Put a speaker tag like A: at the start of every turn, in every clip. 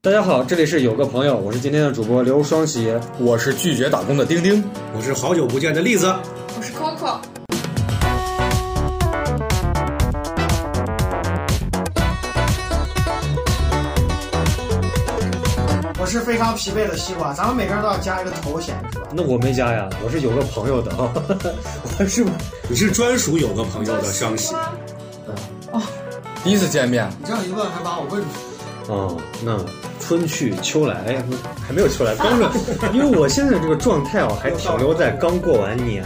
A: 大家好，这里是有个朋友，我是今天的主播刘双喜。
B: 我是拒绝打工的丁丁，
C: 我是好久不见的栗子，
D: 我是 Coco，
E: 我是非常疲惫的西瓜，咱们每个人都要加一个头衔，是吧？
A: 那我没加呀，我是有个朋友的啊， 我是
C: 你是专属有个朋友的双喜，
B: 第一次见面
E: 你这样一问，还把我问住。
A: 哦，那春去秋来嗯还没有秋来，刚
F: 刚
A: 是，因为我现在这个状态哦，还停留在刚过完年，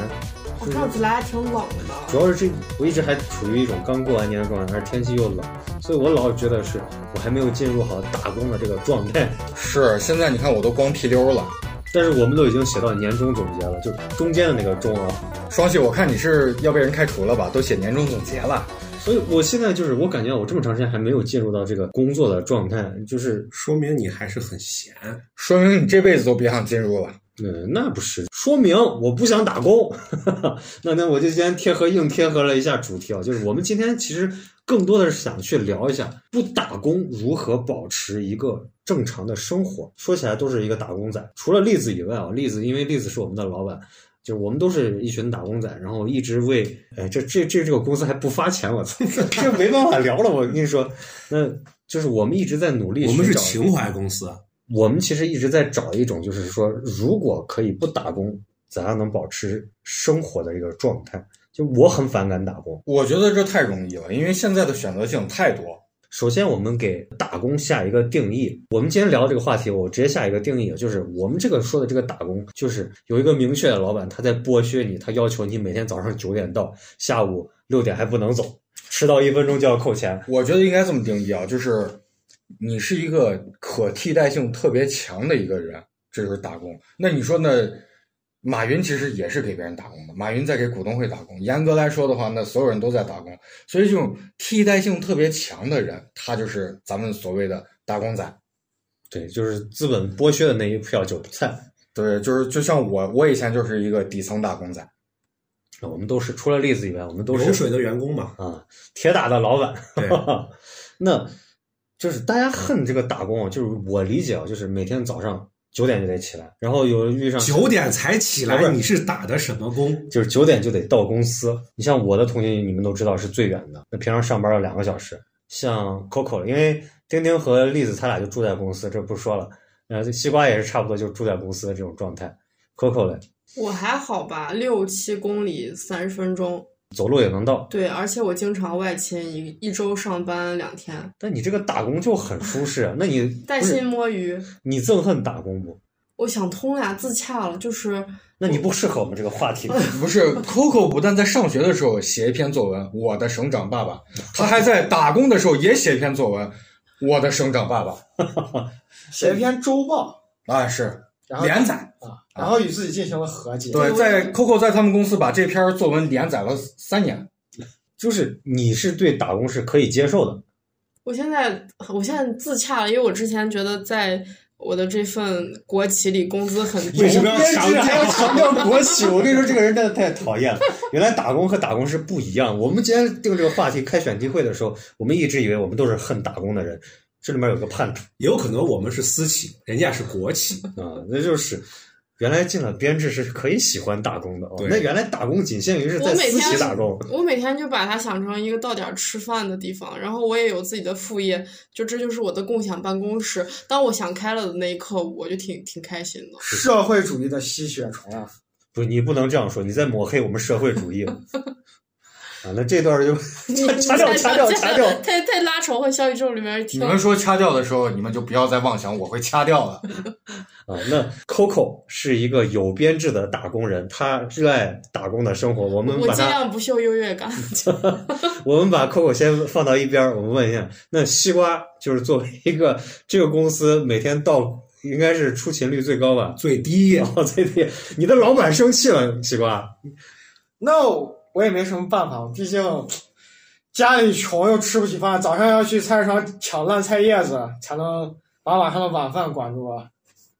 F: 我上次来还挺冷的，
A: 主要是这我一直还处于一种刚过完年的状态，而天气又冷，所以我老觉得是我还没有进入好打工的这个状态。
B: 是现在你看我都光屁溜了。
A: 但是我们都已经写到年终总结了，就中间的那个中啊，
B: 双喜，我看你是要被人开除了吧？都写年终总结了。
A: 所以我现在就是我感觉我这么长时间还没有进入到这个工作的状态，就是
C: 说明你还是很闲。
B: 说明你这辈子都别想进入了。
A: 嗯，那不是说明我不想打工。 那那我就先贴合硬贴合了一下主题啊，就是我们今天其实更多的是想去聊一下不打工如何保持一个正常的生活。说起来都是一个打工仔，除了栗子以外啊，栗子因为栗子是我们的老板。就是我们都是一群打工仔，然后一直为，哎，这这这这个公司还不发钱，我操， 这没办法聊了。我跟你说，那就是我们一直在努力。
C: 我们是情怀公司，啊
A: 我们其实一直在找一种，就是说，如果可以不打工，怎样能保持生活的一个状态？就我很反感打工。
B: 我觉得这太容易了，因为现在的选择性太多。
A: 首先，我们给打工下一个定义。我们今天聊这个话题，我直接下一个定义，就是我们这个说的这个打工，就是有一个明确的老板，他在剥削你，他要求你每天早上九点到，下午六点还不能走，迟到一分钟就要扣钱。
B: 我觉得应该这么定义啊，就是你是一个可替代性特别强的一个人，这就是打工。那你说呢？马云其实也是给别人打工的，马云在给股东会打工。严格来说的话，那所有人都在打工，所以这种替代性特别强的人，他就是咱们所谓的打工仔。
A: 对，就是资本剥削的那一票韭菜。
B: 对，就是就像我，我以前就是一个底层打工仔。
A: 啊我们都是除了例子以外，我们都是
C: 流水的员工嘛。
A: 啊，铁打的老板。
C: 对，
A: 那就是大家恨这个打工啊，就是我理解啊，就是每天早上九点就得起来，然后有人遇上
C: 九点才起
A: 不
C: 来，
A: 是
C: 你是打的什么工？
A: 就是九点就得到公司。你像我的同学，你们都知道是最远的，那平常上班要两个小时。像 Coco，因为丁丁和栗子他俩就住在公司，这不说了。呃，西瓜也是差不多就住在公司的这种状态。Coco 嘞，
F: 我还好吧，六七公里三十分钟。
A: 走路也能到，
F: 对，而且我经常外勤，一一周上班两天，
A: 但你这个打工就很舒适啊。那你
F: 带
A: 不是
F: 薪摸鱼。
A: 你憎恨打工不？
F: 我想通了呀，自洽了，就是
A: 那你不适合我们这个话 题。
B: 不是 Coco 不但在上学的时候写一篇作文《我的省长爸爸》，他还在打工的时候也写一篇作文《我的省长爸爸》
E: 写一篇周报，
B: 啊，是
E: 然后
B: 连载。
E: 啊，然后与自己进行了和解。
B: 对，在 Coco 在他们公司把这篇作文连载了三年。
A: 就是你是对打工是可以接受的，
F: 我现在我现在自洽了，因为我之前觉得在我的这份国企里工资很低
C: 为。什么要强调
A: 还要强调国企？我跟你说，这个人真的太讨厌了。原来打工和打工是不一样。我们今天定这个话题开选题会的时候，我们一直以为我们都是恨打工的人，这里面有个叛徒
C: 也有可能我们是私企，人家是国 企。
A: 啊、那就是。原来进了编制是可以喜欢打工的哦，
C: 对
A: 那原来打工仅限于是在
F: 我每
A: 私
F: 天
A: 企打工，
F: 我每天就把它想成一个到点儿吃饭的地方，然后我也有自己的副业，就这就是我的共享办公室。当我想开了的那一刻，我就挺挺开心的。
E: 社会主义的吸血虫啊！
A: 不，你不能这样说，你在抹黑我们社会 主义啊！那这段就
F: 你
A: 掐掉，掐掉，掐掉。
F: 太太拉仇恨消息之后里面
B: 你
F: 听，
B: 们说掐掉的时候，你们就不要再妄想我会掐掉 了。
A: 啊，那 Coco 是一个有编制的打工人，他热爱打工的生活。我们
F: 我
A: 把
F: 尽
A: 他，
F: 量不秀优越感。
A: 我们把 Coco 先放到一边儿，我们问一下，那西瓜就是作为一个这个公司每天到应该是出勤率最高吧？
C: 最低
A: 然后最低，你的老板生气了，西瓜，
E: 那我也没什么办法，毕竟家里穷又吃不起饭，早上要去菜市场抢烂菜叶子才能把晚上的晚饭管住啊。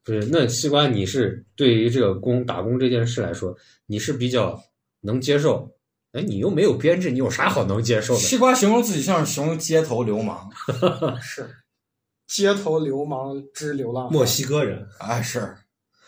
A: 不是？那西瓜，你是对于这个工打工这件事来说，你是比较能接受？哎，你又没有编制，你有啥好能接受的？
B: 西瓜形容自己像是形容街头流氓，
E: 是，街头流氓之流浪汉
C: 墨西哥人，
B: 啊，是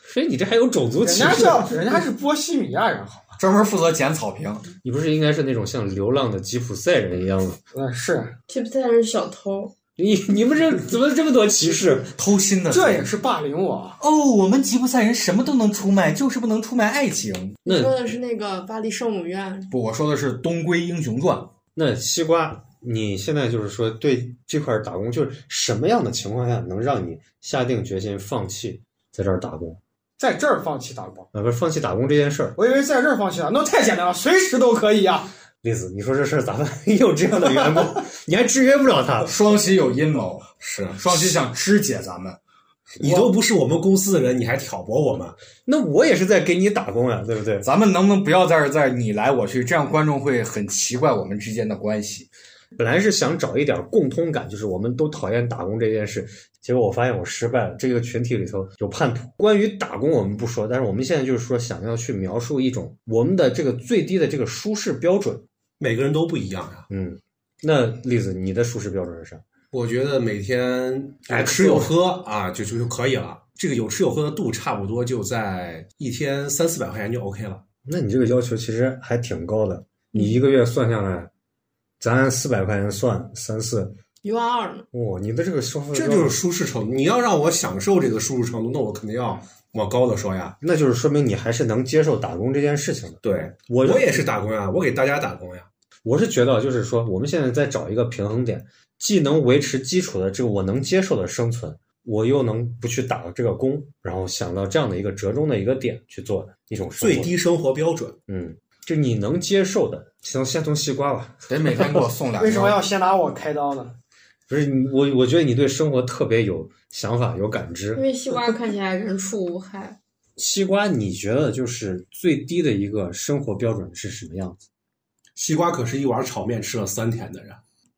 A: 所以你这还有种族
E: 人
A: 歧
E: 家
A: 视？
E: 叫人家是波西米亚人，好吗？
B: 专门负责捡草坪。
A: 你不是应该是那种像流浪的吉普赛人一样吗？
E: 嗯，是，
F: 这不但是小偷，
A: 你你们这怎么这么多歧视？
B: 偷心的，
E: 这也是霸凌我。
B: 哦，我们吉普赛人什么都能出卖，就是不能出卖爱情。
A: 那
F: 说的是那个巴黎圣母院，
B: 不，我说的是《东归英雄传》。
A: 那西瓜，你现在就是说对这块打工，就是什么样的情况下能让你下定决心放弃在这儿打工？
E: 在这儿放弃打工，
A: 啊，不是放弃打工这件事儿，
E: 我以为在这儿放弃打工，那太简单了，随时都可以啊。
A: 栗子，你说这事儿咱们也 有这样的员工，你还制约不了他。
B: 双喜有阴谋，嗯
C: 是
B: 双喜想肢解咱们。
C: 你都不是我们公司的人，你还挑拨我们？
A: 那我也是在给你打工呀，对不对？
B: 咱们能不能不要在这儿在你来我去，这样观众会很奇怪我们之间的关系。
A: 本来是想找一点共通感，就是我们都讨厌打工这件事。结果我发现我失败了。这个群体里头有叛徒。关于打工我们不说，但是我们现在就是说想要去描述一种我们的这个最低的这个舒适标准。
C: 每个人都不一样啊呀、
A: 嗯，那栗子，你的舒适标准是啥？
C: 我觉得每天
B: 哎
C: 有吃有喝啊，就就就可以了。这个有吃有喝的度差不多就在一天三四百块钱就 OK 了。
A: 那你这个要求其实还挺高的。你一个月算下来，咱按四百块钱算，三四，
F: 一万二呢。
A: 哇、你的这个消费，
C: 这就是，舒适程度。你要让我享受这个舒适程度，那我肯定要往高的说呀。
A: 那就是说明你还是能接受打工这件事情的。
C: 对，
A: 我
C: 我也是打工呀，我给大家打工呀。
A: 我是觉得，就是说，我们现在在找一个平衡点，既能维持基础的这个我能接受的生存，我又能不去打这个工，然后想到这样的一个折中的一个点去做一种生活
C: 最，低生活标准，
A: 嗯，就你能接受的。行，先从西瓜吧，
B: 得每天给我送两
E: 为什么
B: 包
E: 要先拿我开刀呢？
A: 不是你我，我觉得你对生活特别有想法、有感
F: 因
A: 知。
F: 为西瓜看起来人畜无害，
A: 西瓜，你觉得就是最低的一个生活标准是什么样子？
C: 西瓜可是一碗炒面吃了三天的人。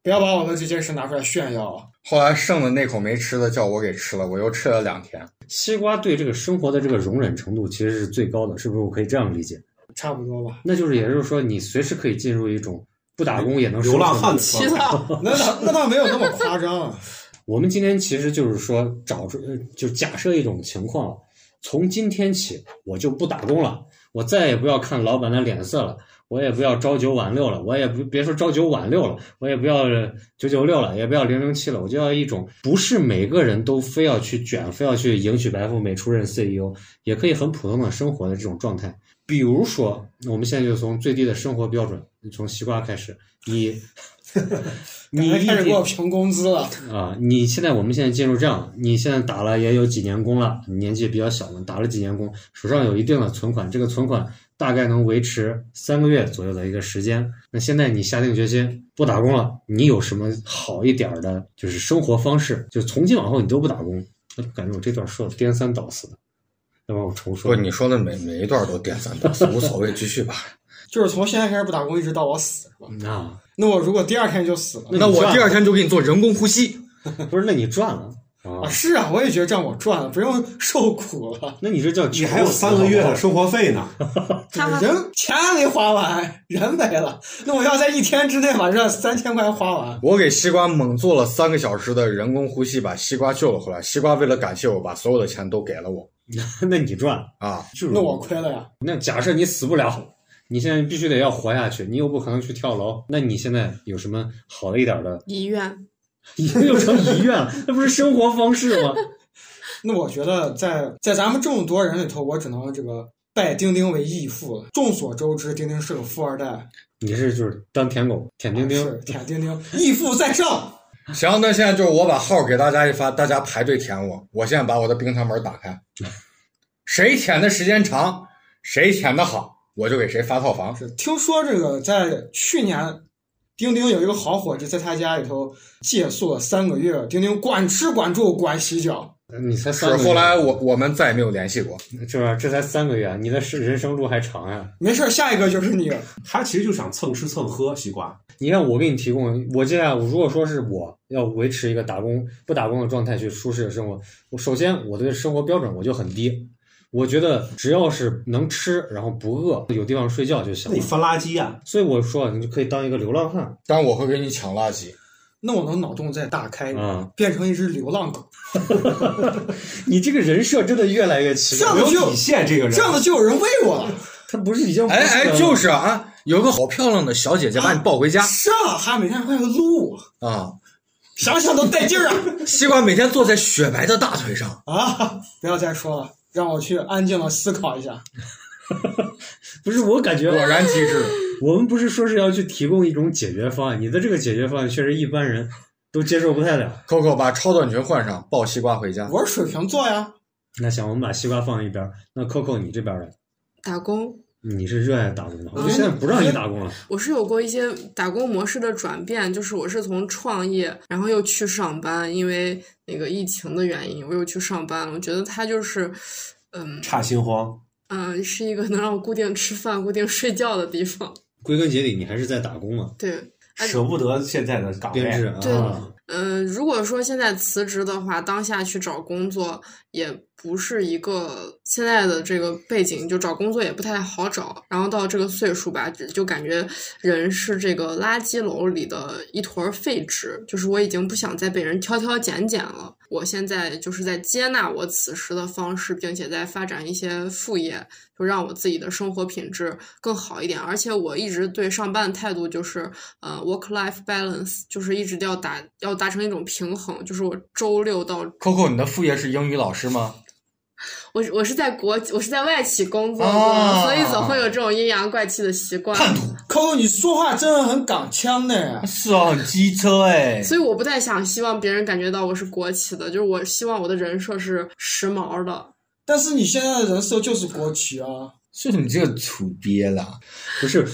E: 不要把我们这件事拿出来炫耀啊！
B: 后来剩的那口没吃的叫我给吃了，我又吃了两天。
A: 西瓜对这个生活的这个容忍程度其实是最高的，是不是？我可以这样理解？
E: 差不多吧。
A: 那就是也就是说，你随时可以进入一种不打工也能
C: 流浪汉
A: 生存的。
F: 其他
E: 那倒那倒没有那么夸张 啊。
A: 我们今天其实就是说找出，呃就假设一种情况，从今天起我就不打工了，我再也不要看老板的脸色了，我也不要朝九晚六了，我也不别说朝九晚六了，我也不要九九六了，也不要零零七了，我就要一种不是每个人都非要去卷，非要去迎娶白富美出任 CEO，也可以很普通的生活的这种状态。比如说，我们现在就从最低的生活标准，从西瓜开始， 你你
E: 感觉
A: 一
E: 开始
A: 天
E: 给我评工资了，
A: 啊，你现在我们现在进入这样，你现在打了也有几年工了，你年纪比较小了，打了几年工，手上有一定的存款，这个存款大概能维持三个月左右的一个时间。那现在你下定决心不打工了，你有什么好一点儿的，就是生活方式？就从今往后你都不打工，我感觉我这段说的颠三倒四的，要不然我重
B: 不，
A: 说。
B: 你说的每每一段都颠三倒四，无所谓，继续吧。
E: 就是从现在开始不打工，一直到我死，是吧？
A: 嗯啊，
E: 那我如果第二天就死了，
B: 那
A: 你
B: 我
A: 赚
B: 第二天就给你做人工呼吸。
A: 不是，那你赚了啊
E: 啊，？是啊，我也觉得这样我赚了，不用 受苦了。
A: 那你这叫
C: 你还有三个月的生活费呢，
F: 他们？
E: 人钱还没花完，人没了，那我要在一天之内把这三千块花 完。
B: 我给西瓜猛做了三个小时的人工呼吸，把西瓜救了回来。西瓜为了感谢我，把所有的钱都给了我
A: 那你赚了，
B: 啊！
A: 就是
E: 那我亏了呀！
A: 那假设你死不了，你现在必须得要活下去，你又不可能去跳楼，那你现在有什么好一点的
F: 医院
A: 已经又成遗愿了，那不是生活方式吗？
E: 那我觉得在在咱们这么多人里头，我只能这个拜丁丁为义父了。众所周知，丁丁是个富二代，啊
A: 你是就是当舔狗舔丁
E: 是
C: 啊
A: 丁，
E: 舔丁丁，义父在上。
B: 行，那现在就是我把号给大家一发，大家排队舔我。我现在把我的冰箱门打 开，谁舔的时间长，谁舔的好，我就给谁发套房。
E: 是听说这个在去年，丁丁有一个好伙计在他家里头借宿了三个月，丁丁管吃管住管洗脚，
A: 你才三
B: 是
A: 个月，
B: 后来我我们再也没有联系过。
A: 是吧？这才三个月，你的是人生路还长呀、
E: 没事儿，下一个就是你。
C: 他其实就想蹭吃蹭喝。西瓜，
A: 你让我给你提供，我接下来如果说是我要维持一个打工不打工的状态去舒适的生活，我首先我对生活标准我就很低，我觉得只要是能吃，然后不饿，有地方睡觉就行
C: 那你
A: 了。
C: 翻垃圾呀、
A: 啊所以我说，你就可以当一个流浪汉。
B: 但我会给你抢垃圾。
E: 那我能脑洞再大开，
A: 啊，
E: 变成一只流浪狗，
A: 你这个人设真的越来越奇怪
E: 这。样
C: 没
E: 子
C: 有
E: 就
C: 底线，这个人
A: 啊
E: 这样子就有人喂我了。
A: 他不是已经
B: 哎哎，就是啊，有个好漂亮的小姐姐把你抱回家
E: 是啊，他每天还会撸我，
B: 啊，
E: 想想都带劲儿啊！
B: 西瓜每天坐在雪白的大腿上，
E: 啊，不要再说了，让我去安静的思考一下。
A: 不是？我感觉
B: 果然机智。
A: 我们不是说是要去提供一种解决方案，你的这个解决方案确实一般人都接受不太了。
B: Coco 把超短裙换上，抱西瓜回
A: 嗯
B: 家。
E: 我是水瓶座呀，
A: 那行，我们把西瓜放一边儿。那 Coco，你这边儿嘞，
F: 打工，
A: 你是热爱打工的，我
E: 嗯
A: 就现在不让你打工了。
F: 我是有过一些打工模式的转变，就是我是从创业，然后又去上班，因为那个疫情的原因，我又去上班了。我觉得它就是，嗯
C: 差心慌。
F: 嗯，是一个能让我固定吃饭、固定睡觉的地方。
A: 归根结底，你还是在打工嘛，
F: 对，哎
C: 舍不得现在的岗
A: 编制
C: 位，
A: 啊。
F: 对嗯，如果说现在辞职的话，当下去找工作也不是一个现在的这个背景，就找工作也不太好找。然后到这个岁数吧，就就感觉人是这个垃圾篓里的一坨儿废纸，就是我已经不想再被人挑挑拣拣了。我现在就是在接纳我此时的方式，并且在发展一些副业，就让我自己的生活品质更好一点。而且我一直对上班的态度就是，呃，work life balance，就是一直要达要达成一种平衡。就是我周六到
B: Coco，你的副业是英语老师吗？
F: 我我是在国我是在外企工作过，
B: 啊
F: 所以总会有这种阴阳怪气的习惯。
E: 扣扣，你说话真的很港腔呢。
B: 是哦，很机车哎
F: 所以我不太想希望别人感觉到我是国企的，就是我希望我的人设是时髦的。
E: 但是你现在的人设就是国旗啊，
B: 是你这个土鳖啦！
A: 不是，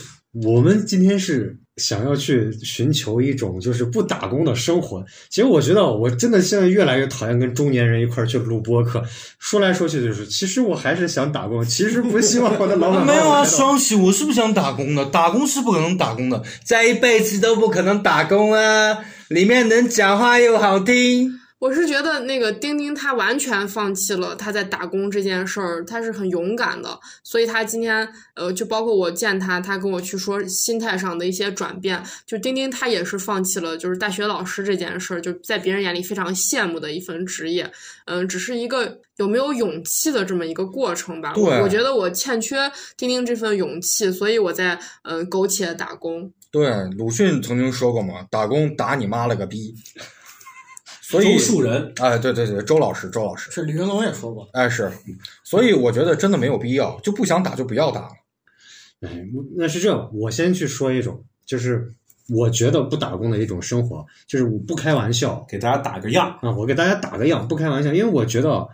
A: 我们今天是想要去寻求一种就是不打工的生活。其实我觉得，我真的现在越来越讨厌跟中年人一块儿去录播客。说来说去就是，其实我还是想打工，其实不希望我的老板
B: 没有
A: 把我
B: 啊，
A: 开到
B: 双喜，我是不想打工的，打工是不可能打工的，这一辈子都不可能打工啊！里面能讲话又好听，
F: 我是觉得那个丁丁他完全放弃了他在打工这件事儿，他是很勇敢的，所以他今天呃，就包括我见他，他跟我去说心态上的一些转变。就丁丁他也是放弃了就是大学老师这件事儿，就在别人眼里非常羡慕的一份职业，嗯、只是一个有没有勇气的这么一个过程吧。
B: 对
F: 我我觉得我欠缺丁丁这份勇气，所以我在嗯、呃苟且打工。
B: 对，鲁迅曾经说过嘛，打工打你妈了个逼。所以
C: 周，树人
B: 哎，对对对，周老师，周老师，
E: 是李云龙也说过，
B: 哎是，所以我觉得真的没有必要，就不想打就不要打了。
A: 哎，那是这样，我先去说一种，就是我觉得不打工的一种生活，就是我不开玩笑
C: 给大家打个样，
A: 啊，我给大家打个样，不开玩笑，因为我觉得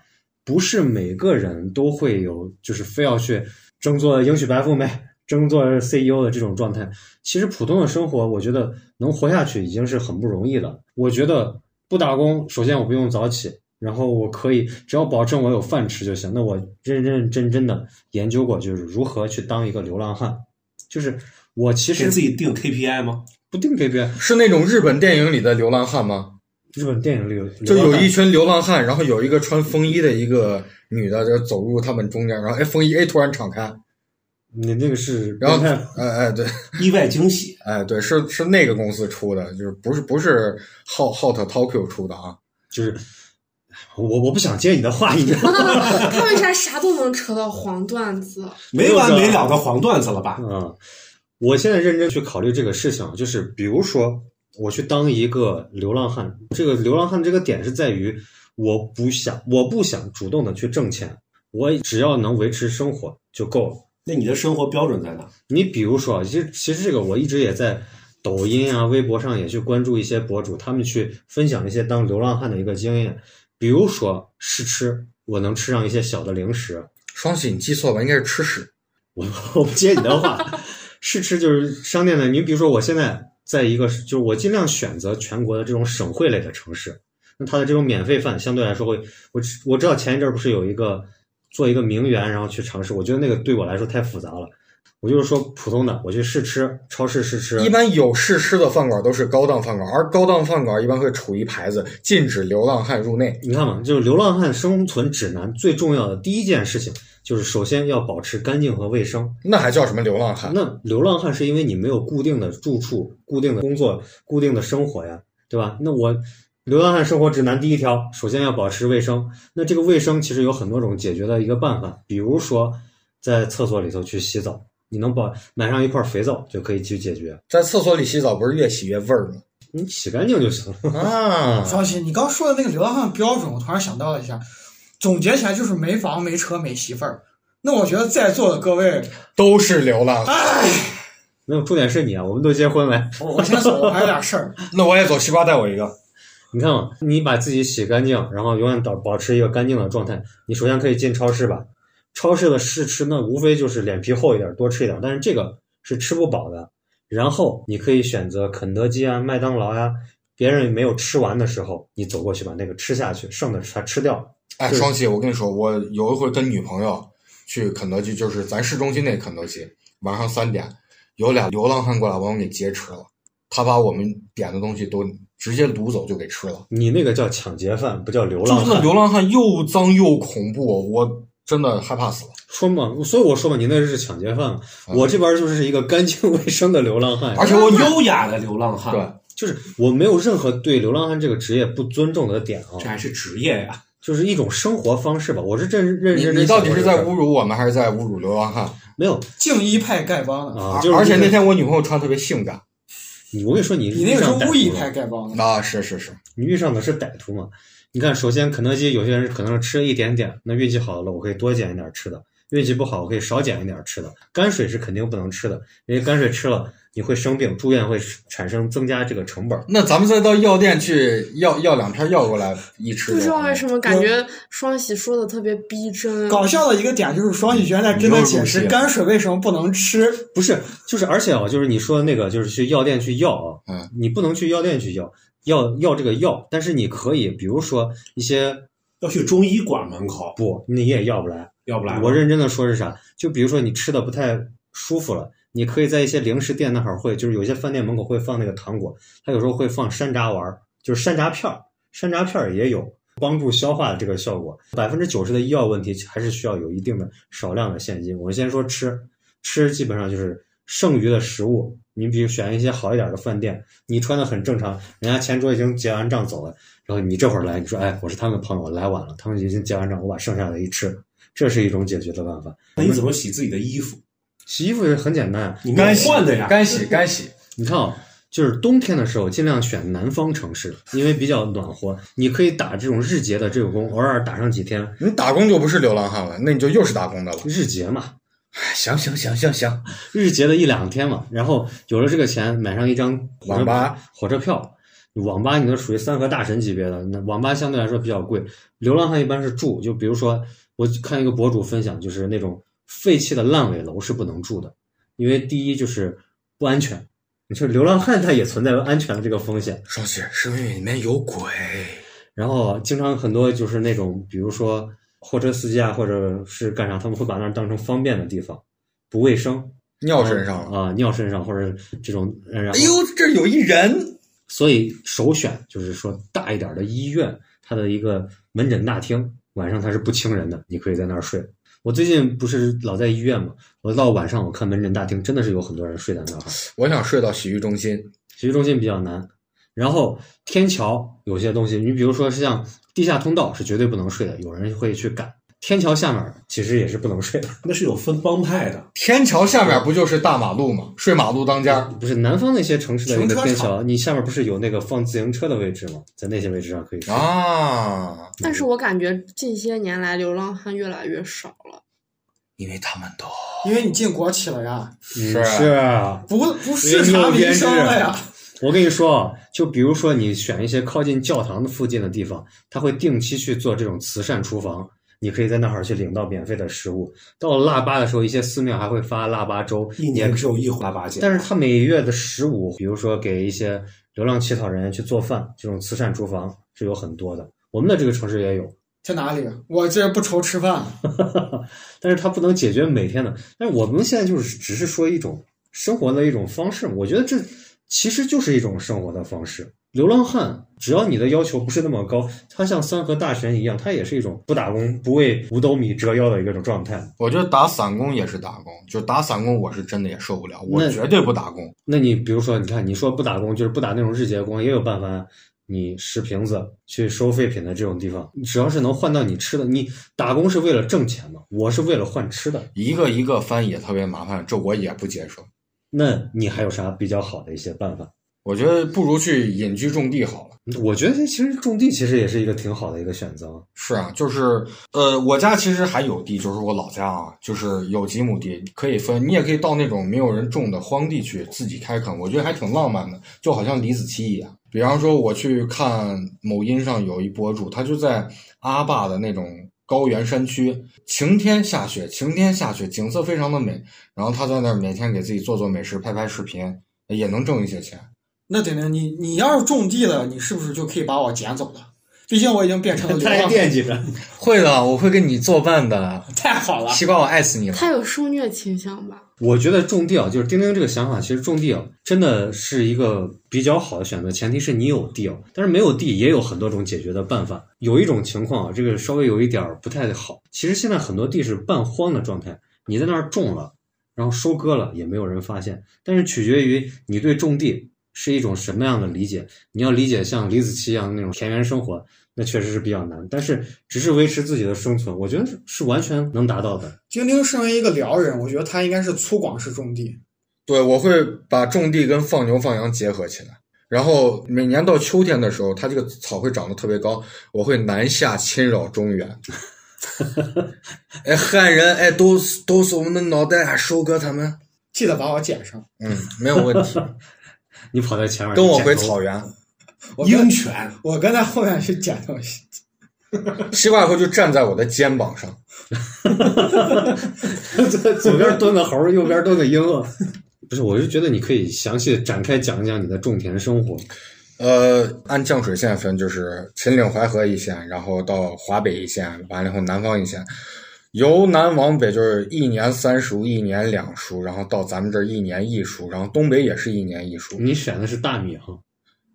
A: 不是每个人都会有，就是非要去争做迎娶白富美、争做 CEO 的这种状态。其实普通的生活，我觉得能活下去已经是很不容易了。我觉得不打工，首先我不用早起，然后我可以只要保证我有饭吃就行。那我认认真真的研究过，就是如何去当一个流浪汉，就是我其
C: 给
A: 实
C: 自己定 KPI 吗？
A: 不定给别人
B: 是那种日本电影里的流浪汉吗？
A: 日本电影里有
B: 就
A: 流
B: 有
A: 浪汉
B: 一群流浪汉，然后有一个穿风衣的一个女的，就走入他们中间，然后哎，风衣哎突然敞开，
A: 你那个是
B: 然后
A: 变态
B: 哎哎对，
C: 意外惊喜，
B: 哎对，是是那个公司出的，就是不是不是 Hot Hot Tokyo 出的啊？
A: 就是我我不想接你的话，你知道吗？
F: 他为啥啥都能扯到黄段子？
C: 没完没了的黄段子了吧？
A: 嗯，我现在认真去考虑这个事情，就是比如说我去当一个流浪汉，这个流浪汉这个点是在于我不想我不想主动的去挣钱，我只要能维持生活就够了。
C: 那你的生活标准在哪？
A: 你比如说啊，其实其实这个我一直也在抖音啊、微博上也去关注一些博主，他们去分享一些当流浪汉的一个经验，比如说试吃，我能吃上一些小的零食，
B: 双喜你记错吧，应该是吃屎。
A: 我 我不接你的 话，试吃就是商店的。你比如说，我现在在一个就是我尽量选择全国的这种省会类的城市，那它的这种免费饭相对来说会，我知我知道前一阵儿不是有一个做一个名媛，然后去尝试，我觉得那个对我来说太复杂了。我就是说普通的，我去试吃，超市试吃，
B: 一般有试吃的饭馆都是高档饭馆，而高档饭馆一般会处一牌子，禁止流浪汉入内。
A: 你看嘛，就是《流浪汉生存指南》最重要的第一件事情，就是首先要保持干净和卫生。
B: 那还叫什么流
A: 啊
B: 浪汉？
A: 那流浪汉是因为你没有固定的住处、固定的工作、固定的生活呀。对吧？那我流浪汉生活指南第一条，首先要保持卫生。那这个卫生其实有很多种解决的一个办法，比如说在厕所里头去洗澡，你能保买上一块肥皂就可以去解决，
B: 在厕所里洗澡不是越洗越味儿吗？
A: 你洗干净就行了。
B: 啊，
A: 嗯
E: 小喜，你刚说的那个流浪汉标准，我突然想到了一下，总结起来就是没房、没车、没媳妇儿。那我觉得在座的各位，
B: 都是流浪
A: 啊
B: 汉。
E: 哎，
A: 没有，重点是你啊，我们都结婚了，
E: 我我先走，我还有点事儿。
B: 那我也走，西瓜带我一个。
A: 你看嘛，你把自己洗干净，然后永远保保持一个干净的状态。你首先可以进超市吧，超市的试吃呢，无非就是脸皮厚一点，多吃一点，但是这个是吃不饱的。然后你可以选择肯德基啊、麦当劳呀、别人没有吃完的时候，你走过去把那个吃下去，剩的它吃掉。
B: 哎，
A: 对
B: 双喜，我跟你说，我有一回跟女朋友去肯德基，就是咱市中心那肯德基，晚上三点，有俩流浪汉过来把我们给劫持了，他把我们点的东西都直接掳走就给吃了。
A: 你那个叫抢劫犯，不叫流
B: 就
A: 浪
B: 是那
A: 汉。
B: 流浪汉又脏又恐怖，我真的害怕死了。
A: 说嘛，所以我说嘛，你那是抢劫犯嘛。
B: 嗯
A: 我这边就是一个干净卫生的流浪汉
C: 啊
A: 呀，
B: 而且我
C: 优雅的流浪汉，
B: 对，
A: 就是我没有任何对流浪汉这个职业不尊重的点啊。
C: 这还是职业呀、
A: 就是一种生活方式吧。我是真认认
B: 你
A: 真
B: 你
A: 真
B: 到
A: 想过这
B: 底是
A: 个事儿。
B: 在侮辱我们，还是在侮辱流浪汉？
A: 没有
E: 静一派丐帮的，
A: 啊？
B: 而
A: 就是
B: 而且
A: 你
B: 那天我女朋友穿特别性感
A: 你我跟你说，你
E: 你那个
A: 是
E: 是巫医
A: 遇上歹徒
E: 派
A: 了，
E: 丐帮的。
B: 啊，是是是，
A: 你遇上的是歹徒嘛？你看，首先肯德基有些人可能吃一点点，那运气好了，我可以多捡一点吃的；运气不好，我可以少捡一点吃的。泔水是肯定不能吃的，因为泔水吃了你会生病，住院会产生增加这个成本。
B: 那咱们再到药店去要要两片药过来一吃就完了，
F: 不知道为什么感
B: 嗯
F: 觉双喜说的特别逼真，
E: 搞笑的一个点就是双喜现在跟他解
B: 你
E: 释
B: 又入戏
E: 泔水为什么不能吃，
A: 不是，就是而且啊，就是你说的那个，就是去药店去要啊，
B: 嗯，
A: 你不能去药店去要，要要这个药，但是你可以，比如说一些
C: 要去中医馆门口，
A: 不，你也要不来。
C: 要不然
A: 我认真的说是啥？就比如说你吃的不太舒服了，你可以在一些零食店那会儿会，就是有些饭店门口会放那个糖果，它有时候会放山楂丸儿，就是山楂片儿，山楂片儿也有帮助消化的这个效果。百分之九十的医药问题还是需要有一定的少量的现金。我们先说吃，吃基本上就是剩余的食物。你比如选一些好一点的饭店，你穿的很正常，人家前桌已经结完账走了，然后你这会儿来，你说，哎，我是他们的朋友，我来晚了，他们已经结完账，我把剩下的一吃，这是一种解决的办法。
C: 那你怎么洗自己的衣服？
A: 洗衣服也很简单，
C: 你没有换的呀，
B: 干洗干洗。
A: 你看啊、就是冬天的时候尽量选南方城市，因为比较暖和，你可以打这种日结的这种工，偶尔打上几天
B: 你打工就不是流浪汉了，那你就又是打工的了。
A: 日结嘛，
B: 哎行行行行行，
A: 日结的一两天嘛，然后有了这个钱，买上一张火车
B: 网吧
A: 火车票。网吧你都属于三和大神级别的，那网吧相对来说比较贵。流浪汉一般是住，就比如说我看一个博主分享，就是那种废弃的烂尾楼是不能住的，因为第一就是不安全，你说流浪汉他也存在安全的这个风险。
B: 双喜是因为里面有鬼。
A: 然后经常很多就是那种，比如说货车司机啊，或者是干啥，他们会把那儿当成方便的地方，不卫生，
B: 尿身上了。
A: 啊、尿身上或者这种，然后
B: 哎呦，这儿有一人，
A: 所以首选就是说大一点的医院，它的一个门诊大厅，晚上它是不清人的，你可以在那儿睡。我最近不是老在医院嘛，我到晚上我看门诊大厅真的是有很多人睡在那儿，
B: 我想睡到洗浴中心。
A: 洗浴中心比较难。然后天桥有些东西，你比如说像地下通道是绝对不能睡的，有人会去赶。天桥下面其实也是不能睡的，
C: 那是有分帮派的。
B: 天桥下面不就是大马路吗？睡马路当家。
A: 不是南方那些城市的那
E: 停
A: 个
E: 车
A: 天
E: 场
A: 桥，你下面不是有那个放自行车的位置吗？在那些位置上可以睡。
B: 嗯啊，
F: 但是我感觉近些年来流浪汉越来越少了。
B: 因为他们都
E: 因为你进国企了呀，
A: 嗯
B: 是
A: 是啊，
E: 不不视察民生了呀。
A: 我跟你说啊，就比如说你选一些靠近教堂的附近的地方，他会定期去做这种慈善厨房，你可以在那儿去领到免费的食物。到了腊八的时候，一些寺庙还会发腊八粥，
C: 一年只有一回腊八节，
A: 但是他每月的十五，比如说给一些流浪乞讨人员去做饭，这种慈善厨房是有很多的。我们的这个城市也有，
E: 在哪里？啊我这不愁吃饭，
A: 但是它不能解决每天的。但是我们现在就是只是说一种生活的一种方式，我觉得这其实就是一种生活的方式。流浪汉，只要你的要求不是那么高，他像三和大神一样，他也是一种不打工、不为五斗米折腰的一个种状态。
B: 我觉得打散工也是打工，就打散工我是真的也受不了，我
A: 那
B: 绝对不打工。
A: 那你比如说，你看你说不打工，就是不打那种日结工，也有办法。你拾瓶子去收废品的这种地方，只要是能换到你吃的，你打工是为了挣钱嘛？我是为了换吃的，
B: 一个一个翻也特别麻烦，这我也不接受。
A: 那你还有啥比较好的一些办法？
B: 我觉得不如去隐居种地好了。
A: 我觉得其实种地其实也是一个挺好的一个选择。
B: 是啊，就是呃，我家其实还有地，就是我老家啊，就是有几亩地可以分，你也可以到那种没有人种的荒地去自己开垦，我觉得还挺浪漫的，就好像李子柒一样。比方说，我去看某音上有一博主，他就在阿坝的那种高原山区，晴天下雪，晴天下雪，景色非常的美。然后他在那儿每天给自己做做美食，拍拍视频，也能挣一些钱。
E: 那点点，你你要是种地的，你是不是就可以把我捡走了？毕竟我已经变成了流
A: 他还
E: 浪汉。
A: 惦记着，
B: 会的，我会跟你作伴的。
E: 太好了，
B: 西瓜，我爱死你了。
F: 他有受虐倾向吧？
A: 我觉得种地啊，就是丁丁这个想法，其实种地啊，真的是一个比较好的选择，前提是你有地啊。但是没有地也有很多种解决的办法。有一种情况啊，这个稍微有一点儿不太好。其实现在很多地是半荒的状态，你在那儿种了，然后收割了，也没有人发现。但是取决于你对种地是一种什么样的理解。你要理解像李子柒一样那种田园生活，那确实是比较难。但是只是维持自己的生存，我觉得是是完全能达到的。
E: 丁丁身为一个辽人，我觉得他应该是粗犷式种地。
B: 对，我会把种地跟放牛放羊结合起来。然后每年到秋天的时候，它这个草会长得特别高，我会南下侵扰中原。哎，汉人哎，都是都是我们的脑袋啊，收割他们。
E: 记得把我捡上，
B: 嗯，没有问题。
A: 你跑在前面，
B: 跟我
A: 你
B: 回
A: 剪头
B: 草原，
E: 我跟
C: 鹰犬，
E: 我跟在后面去捡东西。
B: 西瓜以后就站在我的肩膀上。
A: 左 左边蹲个猴儿，右边蹲个鹰啊。 不是，我是觉得你可以详细地展开讲一讲你的种田生活。
B: 呃，按降水线分，就是秦岭淮河一线，然后到华北一线，完了以后南方一线，由南往北就是一年三熟，一年两熟，然后到咱们这儿一年一熟，然后东北也是一年一熟。
A: 你选的是大米哈，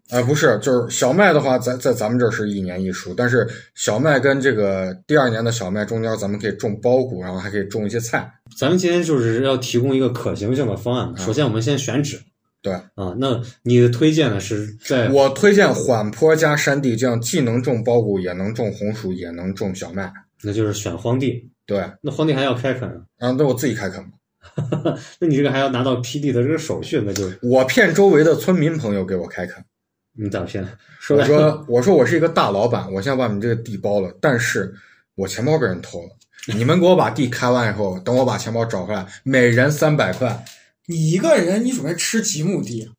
B: 啊、不是，就是小麦的话，在在咱们这儿是一年一熟，但是小麦跟这个第二年的小麦中间，咱们可以种苞谷，然后还可以种一些菜。
A: 咱们今天就是要提供一个可行性的方案。首先，我们先选址
B: 嗯对
A: 啊。那你的推荐呢是在
B: 我推荐缓坡加山地，这样既能种苞谷，也能种红薯，也能种小麦。
A: 那就是选荒地，
B: 对，
A: 那荒地还要开垦，啊
B: 然后那我自己开垦吧。
A: 那你这个还要拿到批地的这个手续，那就
B: 我骗周围的村民朋友给我开垦，
A: 你咋骗？说
B: 我
A: 白了，
B: 说我说我是一个大老板，我现在把你这个地包了，但是我钱包被人偷了，你们给我把地开完以后，等我把钱包找回来，每人三百块，
E: 你一个人，你准备吃几亩地？啊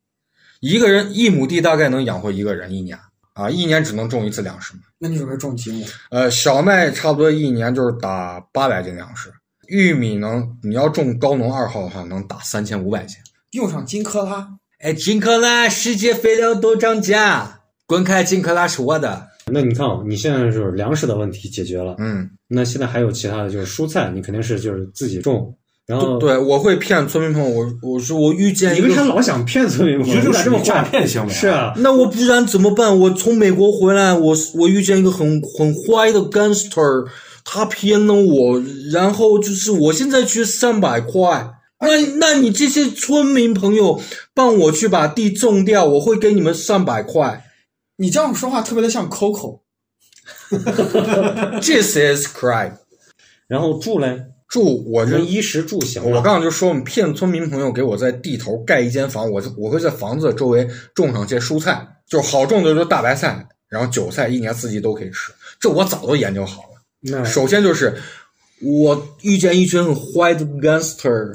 B: 一个人一亩地大概能养活一个人一年啊，一年只能种一次粮食嘛。
E: 那你准备种几亩？
B: 呃，小麦差不多一年就是打八百斤粮食，玉米能你要种高农二号的话能打三千五百斤。
E: 用上金克拉，
B: 哎，金克拉，世界肥料都涨价，滚开，金克拉是我的。
A: 那你看啊，你现在就是粮食的问题解决了，
B: 嗯。
A: 那现在还有其他的就是蔬菜，你肯定是就是自己种，然后
B: 对，我会骗村民朋友，我我说我遇见
A: 嗯你
B: 一
A: 为啥
B: 个，
A: 老想 骗村民
C: 你
A: 朋
C: 觉
A: 友？你咋
C: 得这个是
A: 这么
C: 诈
A: 坏？
C: 骗行为？
A: 是，啊，
B: 那我不然怎么办？我从美国回来，我我遇见一个很很坏的 gangster，他骗了我，然后就是我现在缺三百块。那那你这些村民朋友帮我去把地种掉，我会给你们三百块。
E: 你这样说话特别的像 Coco。
B: This is crime。
A: 然后住嘞，
B: 住我这
A: 那衣食住行啊，
B: 我刚刚就说，我们骗村民朋友给我在地头盖一间房，我我会在房子周围种上些蔬菜，就好种的就是大白菜，然后韭菜一年四季都可以吃。这我早都研究好了。
A: 那
B: 首先就是我遇见一群很坏的 gangster，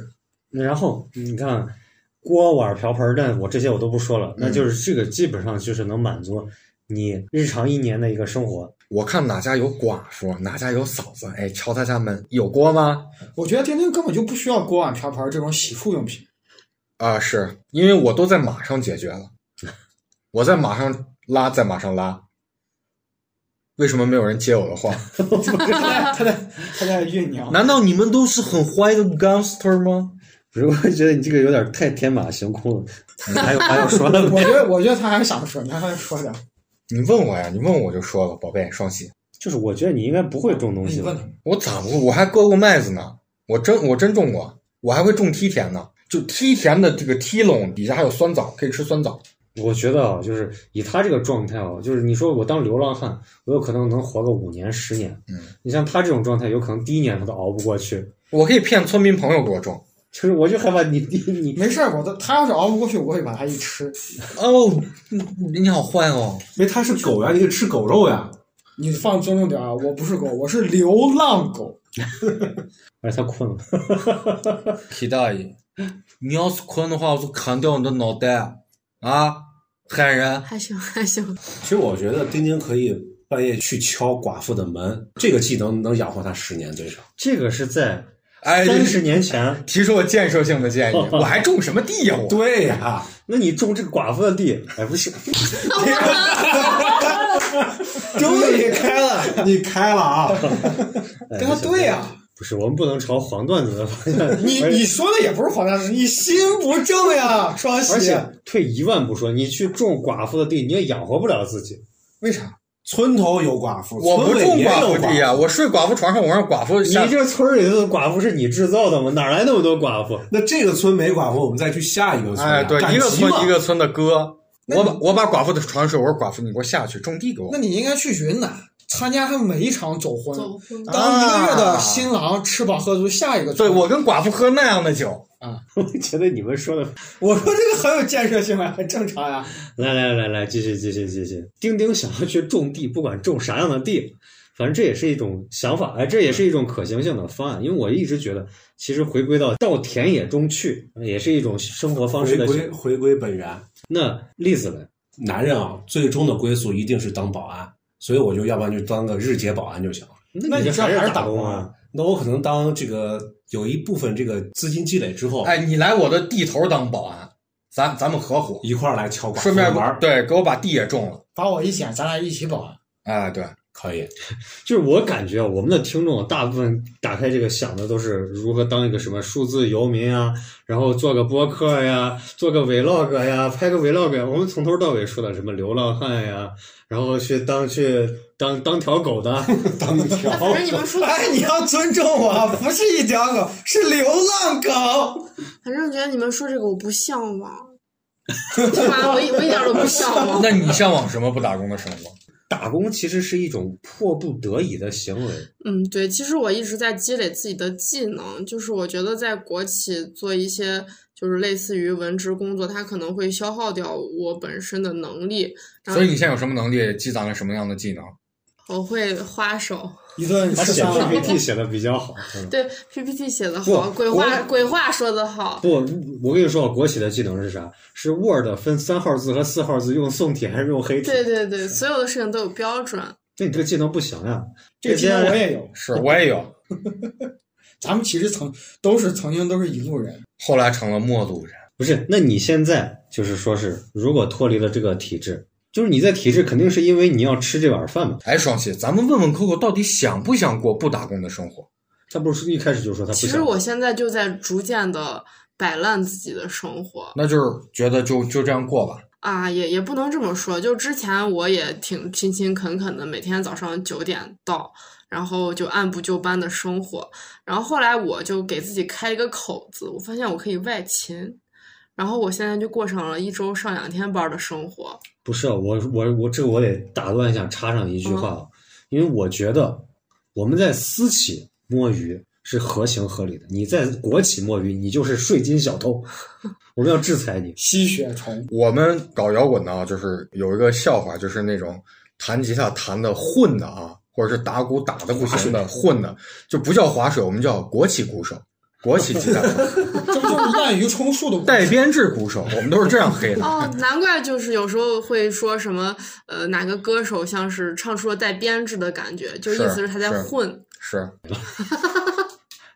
A: 然后你看锅碗瓢盆儿的，我这些我都不说了，那就是这个基本上就是能满足你日常一年的一个生活。
B: 我看哪家有寡妇，哪家有嫂子，哎，敲他家门，有锅吗？
E: 我觉得丁丁根本就不需要锅碗瓢盆这种洗漱用品。
B: 啊，是因为我都在马上解决了，我在马上拉，在马上拉。为什么没有人接我的话？
E: 他在他在他在啊酝酿。
B: 难道你们都是很坏的 gangster 吗？
A: 如果觉得你这个有点太天马行空了，还有还有说的吗
E: 我觉得，我觉得他还想说，你还说点。
B: 你问我呀，你问我就说吧，宝贝，双喜，
A: 就是我觉得你应该不会种东西
E: 你问
A: 吧？
E: 他，
B: 我咋不会？我还割过麦子呢，我真我真种过，我还会种梯田呢。就梯田的这个梯垄底下还有酸枣，可以吃酸枣。
A: 我觉得啊，就是以他这个状态啊，就是你说我当流浪汉，我有可能能活个五年十年。
B: 嗯，
A: 你像他这种状态，有可能第一年他都熬不过去。
B: 我可以骗村民朋友给我种。
A: 就是我就害怕你第你
E: 没事儿，我都他要是熬不过去，我会把他一吃。
B: 哦，你好坏哦！
C: 因为它是狗呀，你得吃狗肉呀。
E: 你放尊重点啊，我不是狗，我是流浪狗。
A: 而哎他困了，
B: 皮大爷，你要是困的话，我就砍掉你的脑袋啊！喊人，
F: 还行还行，
C: 其实我觉得丁丁可以半夜去敲寡妇的门，这个技能能养活他十年最少。
A: 这个是在
B: 哎，
A: 三十年前。
B: 提出了建设性的建议， 我还种什么地呀、我
C: 对呀、
A: 那你种这个寡妇的地，哎，不行，
B: 终于开了，
C: 你开了啊！
A: 哎
E: 跟他对呀、
A: 不是，我们不能朝黄段子的方向。
E: 你你说的也不是黄段子，你心不正呀，双
A: 而
E: 喜。
A: 且退一万步说，你去种寡妇的地，你也养活不了自己。
B: 为啥？
C: 村头有寡妇，
B: 我不
C: 村
B: 种
C: 尾也有
B: 寡妇
C: 寡
B: 地呀、我睡寡妇床上，我让寡妇
A: 你
B: 下。
E: 啊
A: 这村里头的寡妇是你制造的吗？哪来那么多寡妇？
C: 那这个村没寡妇，我们再去下一个村、
B: 哎，对，
C: 赶
B: 一个
C: 集嘛
B: 村一个村的割。
E: 那
B: 我把我把寡妇的床睡，我说寡妇，你给我下去种地给我
E: 那。你应该去云南参加他每一场走婚，
F: 走婚
B: 啊
E: 当一个月的新郎吃饱喝足，下一个
B: 对
E: 村
B: 我跟寡妇喝那样的酒，
A: 我觉得你们说的，
E: 我说这个很有建设性啊，很正常呀、
A: 来来来来，继续继续继续。丁丁想要去种地，不管种啥样的地，反正这也是一种想法，哎，这也是一种可行性的方案。因为我一直觉得，其实回归到到田野中去，也是一种生活方式
C: 回
A: 的。
C: 归回归本源。
A: 那例子嘞，
C: 男人啊，最终的归宿一定是当保安，所以我就要不然就当个日结保安就行了。
A: 那
E: 你
A: 这
E: 这
A: 还
E: 还
A: 是
E: 是打
A: 工
E: 工
A: 啊
E: 啊？
C: 那我可能当这个有一部分这个资金积累之后，
B: 哎，你来我的地头当保安，咱咱们合伙，
C: 一块儿来敲寡妇
B: 顺便
C: 的门儿，
B: 对，给我把地也种了。
E: 把我一捡，咱俩一起保安。
B: 哎，对，
C: 可以。
A: 就是我感觉我们的听众大部分打开这个想的都是如何当一个什么数字游民啊，然后做个播客呀，做个 vlog 呀，拍个 vlog 呀。我们从头到尾说的什么流浪汉呀，然后去当去当当条狗的， 当条
F: 反正你们说的，
E: 哎， 你要尊重我，不是一条狗，是流浪狗。
F: 反正我觉得你们说这个我不向往，对吧？我一我一点都不 向往。
B: 那你向往什么不打工的生活？
A: 打工其实是一种迫不得已的行 为。
F: 嗯，对，其实我一直在积累自己的技能，就是我觉得在国企做一些就是类似于文职工作，它可能会消耗掉我本身的能力。然后
B: 所以你现在有什么能力，积攒了什么样的技能？
F: 我会花手，
E: 一顿
A: 他
E: 吃
A: 写
E: 香了。
A: PPT 写的比较好。
F: 对 PPT 写的
A: 不
F: 好，鬼话鬼话说的好，
A: 不，我跟你说，啊国企的技能是啥？是 Word 分三号字和四号字，用宋体还是用黑体？
F: 对对对，所有的事情都有标准。
A: 那你这个技能不行呀、
E: 这个技能我也有，
B: 是我也有，
E: 咱们其实曾都是曾经都是一路人。
B: 后来成了陌路人。
A: 不是，那你现在就是说是，如果脱离了这个体制，就是你在体制肯定是因为你要吃这碗饭嘛。
B: 哎，双喜，咱们问问 Coco 到底想不想过不打工的生活？
A: 他不是一开始就说他不
F: 其
A: 想。
F: 实我现在就在逐渐的摆烂自己的生活
B: 那就是觉得就就这样过吧。
F: 啊，也也不能这么说。就之前我也挺勤勤恳恳的，每天早上九点到，然后就按部就班的生活。然后后来我就给自己开一个口子，我发现我可以外勤。然后我现在就过上了一周上两天班的生活。
A: 不是啊我我我这个我得打断一下，插上一句话，啊，因为我觉得我们在私企摸鱼是合情合理的，你在国企摸鱼，你就是税金小偷，我们要制裁你。
E: 吸血虫，
B: 我们搞摇滚的啊，就是有一个笑话，就是那种弹吉他弹的混的啊，或者是打鼓打的不行啊的混的，就不叫划水，我们叫国企鼓手、国企吉 他手、
E: 这不就是滥竽充数的故事
B: 带编制鼓手，我们都是这样黑 的。
F: 哦，难怪就是有时候会说什么，呃，哪个歌手像是唱出了带编制的感觉，就意
B: 是
F: 思是他在
B: 是
F: 混。
B: 是，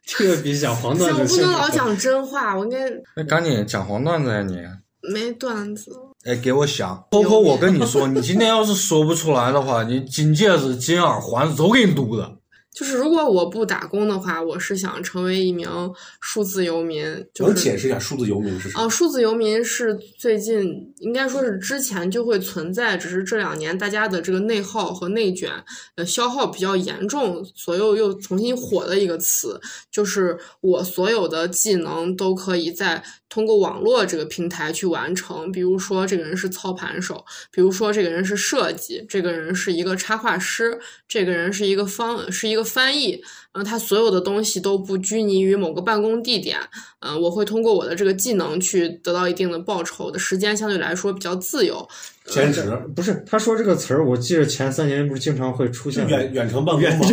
A: 这个比讲黄
F: 行，
A: 段
F: 我
A: 子
F: 不
A: 性
F: 能
A: 质
F: 老讲真话，我应该
B: 那哎赶紧讲黄段子呀你！
F: 没段子。
B: 哎，给我想，Coco，我跟你说，你今天要是说不出来的话，你紧接着今耳环子都给你撸了。
F: 就是如果我不打工的话，我是想成为一名数字游民。就
C: 能
F: 是、
C: 解释一下数字游民是什
F: 啊，
C: 么？
F: 数字游民是最近应该说是之前就会存在，只是这两年大家的这个内耗和内卷，呃，消耗比较严重，所以又重新火的一个词。就是我所有的技能都可以在通过网络这个平台去完成，比如说这个人是操盘手，比如说这个人是设计，这个人是一个插画师，这个人是一个方是一个翻译，然后他所有的东西都不拘泥于某个办公地点，嗯、我会通过我的这个技能去得到一定的报酬，我的时间相对来说比较自由，
C: 兼职
A: 不是，他说这个词儿，我记得前三年不是经常会出
C: 是
A: 现
F: 嗯
C: 远远程办公吗？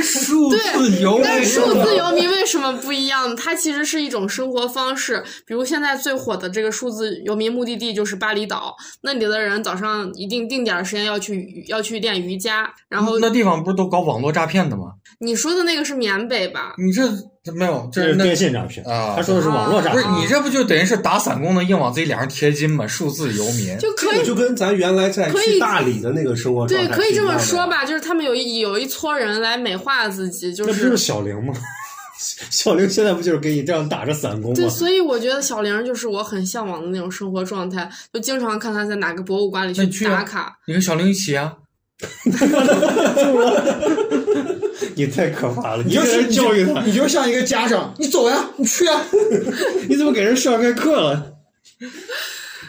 B: 数
F: 对
B: 字游
F: 但
B: 民，
F: 是数字游民为什么不一样呢？它其实是一种生活方式。比如现在最火的这个数字游民目的地就是巴厘岛，那里的人早上一定定点儿时间要去要去练瑜伽。然
C: 嗯
F: 后
B: 那地方不是都搞网络诈骗的吗？
F: 你说的那个是缅北吧？
B: 你这没有，
A: 这
B: 这
A: 是
B: 那
A: 电信诈骗，
B: 啊
A: 他说的是网络诈
B: 不
A: 骗
B: 是。你这不就等于是打散工的硬往自己脸上贴金吗？数字游民，
F: 就可
C: 这个
F: 以
C: 就跟咱原来在
F: 可以
C: 去大理的那个生活状
F: 对，
C: 态
F: 可以
C: 是一
F: 这么
C: 样的
F: 说。吧，就是他们有一有一撮人来美化自己，就
A: 那不就是
F: 是。
A: 小玲吗？ 小玲现在不就是给你这样打着散工
F: 对，
A: 吗？
F: 所以我觉得小玲儿就是我很向往的那种生活状态，就经常看她在哪个博物馆里
B: 那你去啊
F: 打卡。
B: 你跟小玲一起啊？
A: 你太可怕了！你
E: 你就
A: 给
E: 是
A: 人教育他，
E: 你就像一个家长，你走呀，你去呀。
A: 你怎么给人上开课了？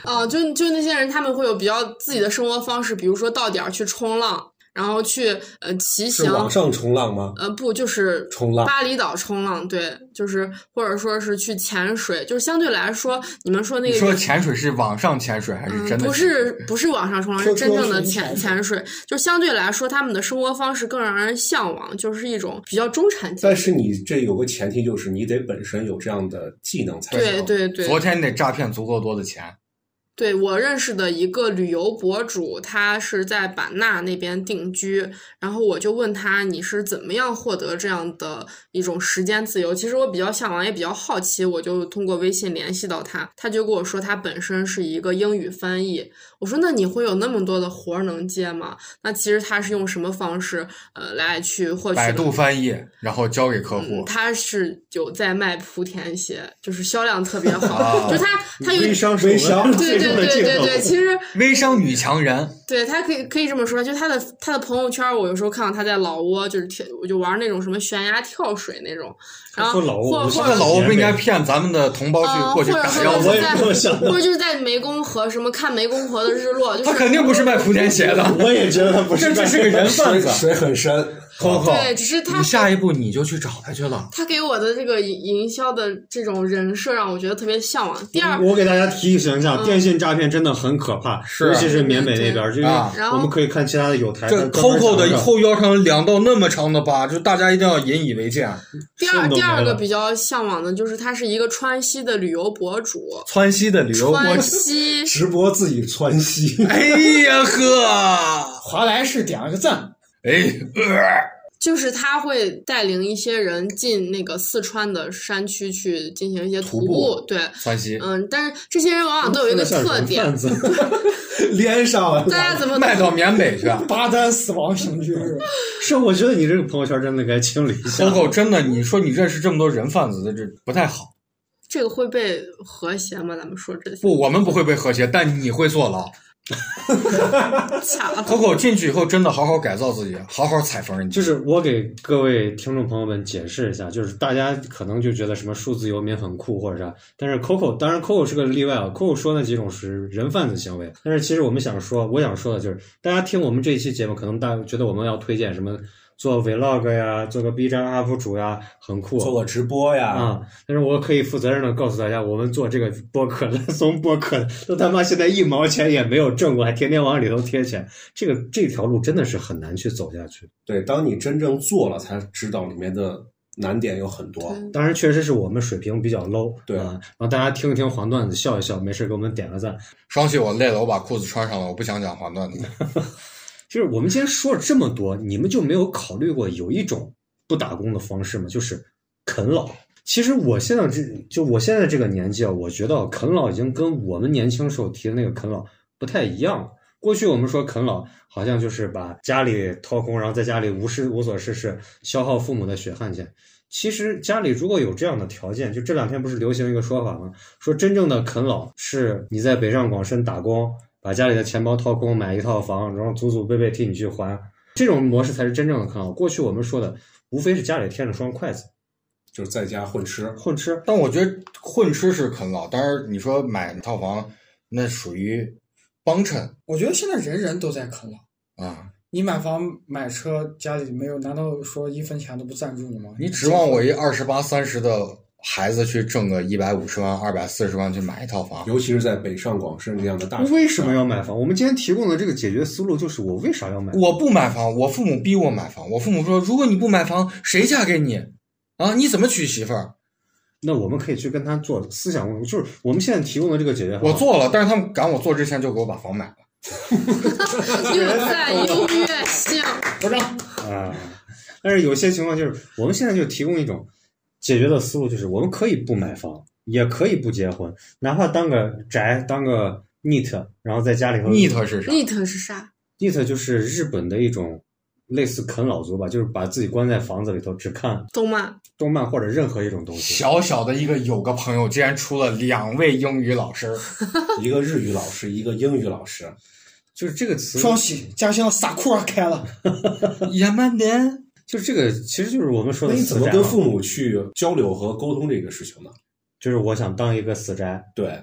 F: 啊，就就那些人，他们会有比较自己的生活方式，比如说到点儿去冲浪，然后去呃骑行
C: 是，网上冲浪吗？
F: 呃不就是
C: 冲浪
F: 巴厘岛冲浪，对，就是或者说是去潜水，就是相对来说，你们说那
B: 你
F: 个
B: 说
F: 人
B: 潜水是网上潜水还是
F: 嗯
B: 真的潜水？
F: 不是不是网上冲浪，
E: 说
F: 是真正的
E: 说
F: 潜
E: 是
F: 潜
E: 潜
F: 水，就相对来说，他们的生活方式更让人向往，就是一种比较中产阶
C: 但
F: 级。
C: 是你这有个前提，就是你得本身有这样的技能才
F: 对
C: 行。
F: 对对，
B: 昨天你得诈骗足够多的钱，
F: 对我认识的一个旅游博主，他是在版纳那边定居，然后我就问他你是怎么样获得这样的一种时间自由？其实我比较向往，也比较好奇，我就通过微信联系到他，他就跟我说他本身是一个英语翻译。我说那你会有那么多的活儿能接吗？那其实他是用什么方式呃来去获取
B: 百
F: 的
B: 度翻译，然后交给客
F: 嗯，
B: 户。
F: 他是有在卖莆田鞋，就是销量特别好，
B: 啊
F: 就他他有
A: 微商是
E: 微
A: 我们
E: 商
A: 最
F: 对对
A: 终的
F: 对
A: 镜
F: 对
A: 头
F: 对，其实
B: 微商女强人，
F: 对他可以可以这么说，就他的他的朋友圈，我有时候看到他在老挝就是跳，我就玩那种什么悬崖跳水那种，然后
A: 他说老挝
F: 或
A: 我
F: 或
A: 现
B: 现
F: 者
B: 在
A: 在
B: 老
A: 老
B: 挝
A: 挝
B: 不
A: 不
B: 应
A: 应
B: 该
A: 该
B: 骗咱们的同胞去
F: 嗯，
B: 过
F: 或
B: 去
F: 者
B: 打
F: 说
B: 药
A: 我
B: 吗？
A: 也
F: 在
A: 这么想
F: 或者就是在湄公河什么看湄公河的日落，就
B: 他
F: 是
B: 肯定不是卖莆田鞋的，
A: 我也觉得他不是
B: 这
A: 干
B: 只是个人贩
C: 水
B: 子。
C: 水很深，
F: 对，只是他
B: 你下一步你就去找他去了。
F: 他给我的这个营营销的这种人设让我觉得特别向往。第二，
A: 我给大家提醒一下，
F: 嗯
A: 电信诈骗真的很可怕，
B: 是
A: 尤其是缅北那边，就是
B: 啊
F: 然后
A: 我们可以看其他的有台
B: 这
A: 的专门
B: Coco
A: 讲
B: 的后腰上有两道那么长的疤，就大家一定要引以为戒。啊
F: 第二
A: 顺都
F: 第
A: 没
F: 二个
A: 了
F: 比较向往的就是他是一个川西的旅游博主，
B: 川西的旅游博
F: 川
B: 主，
F: 西
C: 直播自己窜稀。
B: 哎呀呵，
E: 华莱士点了个赞，
B: 哎，
F: 就是他会带领一些人进那个四川的山区去进行一些徒
C: 徒步
F: 对，
B: 川西
F: 嗯，但是这些人往往都有一个
A: 像
F: 特
A: 人
F: 点
A: 贩，子，
C: 连上了。
F: 大家怎么
B: 卖到缅北去啊
E: 巴丹死亡刑具。
A: 是我觉得你这个朋友圈真的该清理一下。
B: ！Coco 真的，你说你认识这么多人贩子的，这不太好。
F: 这个会被和谐吗？咱们说这些，
B: 不，我们不会被和谐，但你会坐牢。
F: 掐了。
B: Coco 进去以后，真的好好改造自己，好好踩缝纫机。
A: 就是我给各位听众朋友们解释一下，就是大家可能就觉得什么数字游民很酷或者啥，但是 Coco 当然 Coco 是个例外啊，Coco 说那几种是人贩子行为，但是其实我们想说，我想说的就是，大家听我们这一期节目，可能大家觉得我们要推荐什么做 vlog 呀，做个 B 站 UP 主呀，很酷，
C: 做个直播
F: 嗯
C: 呀，
A: 啊、但是我可以负责任的告诉大家，我们做这个播客， 烂怂播客，都他妈现在一毛钱也没有挣过，还天天往里头贴钱，这个这条路真的是很难去走下去。
C: 对，当你真正做了，才知道里面的难点有很多。
A: 当然，确实是我们水平比较 low，
C: 对
A: 啊，然后大家听一听黄段子，笑一笑，没事给我们点个赞。
B: 双喜，我累了，我把裤子穿上了，我不想讲黄段子。
A: 就是我们今天说了这么多，你们就没有考虑过有一种不打工的方式吗？就是啃老。其实我现在这就我现在啊这个年纪啊，我觉得啃老已经跟我们年轻时候提的那个啃老不太一样了。过去我们说啃老，好像就是把家里掏空，然后在家里无事无所事事，消耗父母的血汗钱。其实家里如果有这样的条件，就这两天不是流行一个说法吗？说真正的啃老是你在北上广深打工，把家里的钱包掏空买一套房，然后祖祖辈辈替你去还，这种模式才是真正的啃老。过去我们说的无非是家里添了双筷子
C: 就是在家混吃。
A: 混吃，
B: 但我觉得混吃是啃老，当然你说买一套房，那属于帮衬
E: 我觉得现在人人都在啃老。
B: 啊！
E: 你买房买车，家里没有，难道说一分钱都不赞助你吗？
B: 你指望我一二十八、三十的孩子去挣个一百五十万、二百四十万去买一套房？
C: 尤其是在北上广深这样的大城市，
A: 为什么要买房？我们今天提供的这个解决思路就是我为啥要买？
B: 我不买房，我父母逼我买房。我父母说，如果你不买房，谁嫁给你？啊，你怎么娶媳妇儿？
A: 那我们可以去跟他做思想共，就是我们现在提供的这个解决方案。
B: 我做了，但是他们赶我做之前就给我把房买了。
F: 又在优越性，
E: 不让
A: 啊，但是有些情况就是，我们现在就提供一种解决的思路，就是我们可以不买房，也可以不结婚，哪怕当个宅，当个 neat，然后在家里头
B: neat 是啥？
F: ，neat 是啥？
A: neat 就是日本的一种类似啃老族吧，就是把自己关在房子里头，只看
F: 动漫
A: 动漫或者任何一种东西。
B: 小小的一个有个朋友，竟然出了两位英语老师，
C: 一个日语老师，一个英语老师，
A: 就是这个词，
E: 双喜家乡萨库尔开 了，
B: 野蛮人。
A: 就是这个，其实就是我们说
C: 那
A: 的
C: 你
A: 死
C: 怎么
A: 宅
C: 跟
A: 嘛
C: 父母去交流和沟通这个事情呢？
A: 就是我想当一个死宅，
C: 对，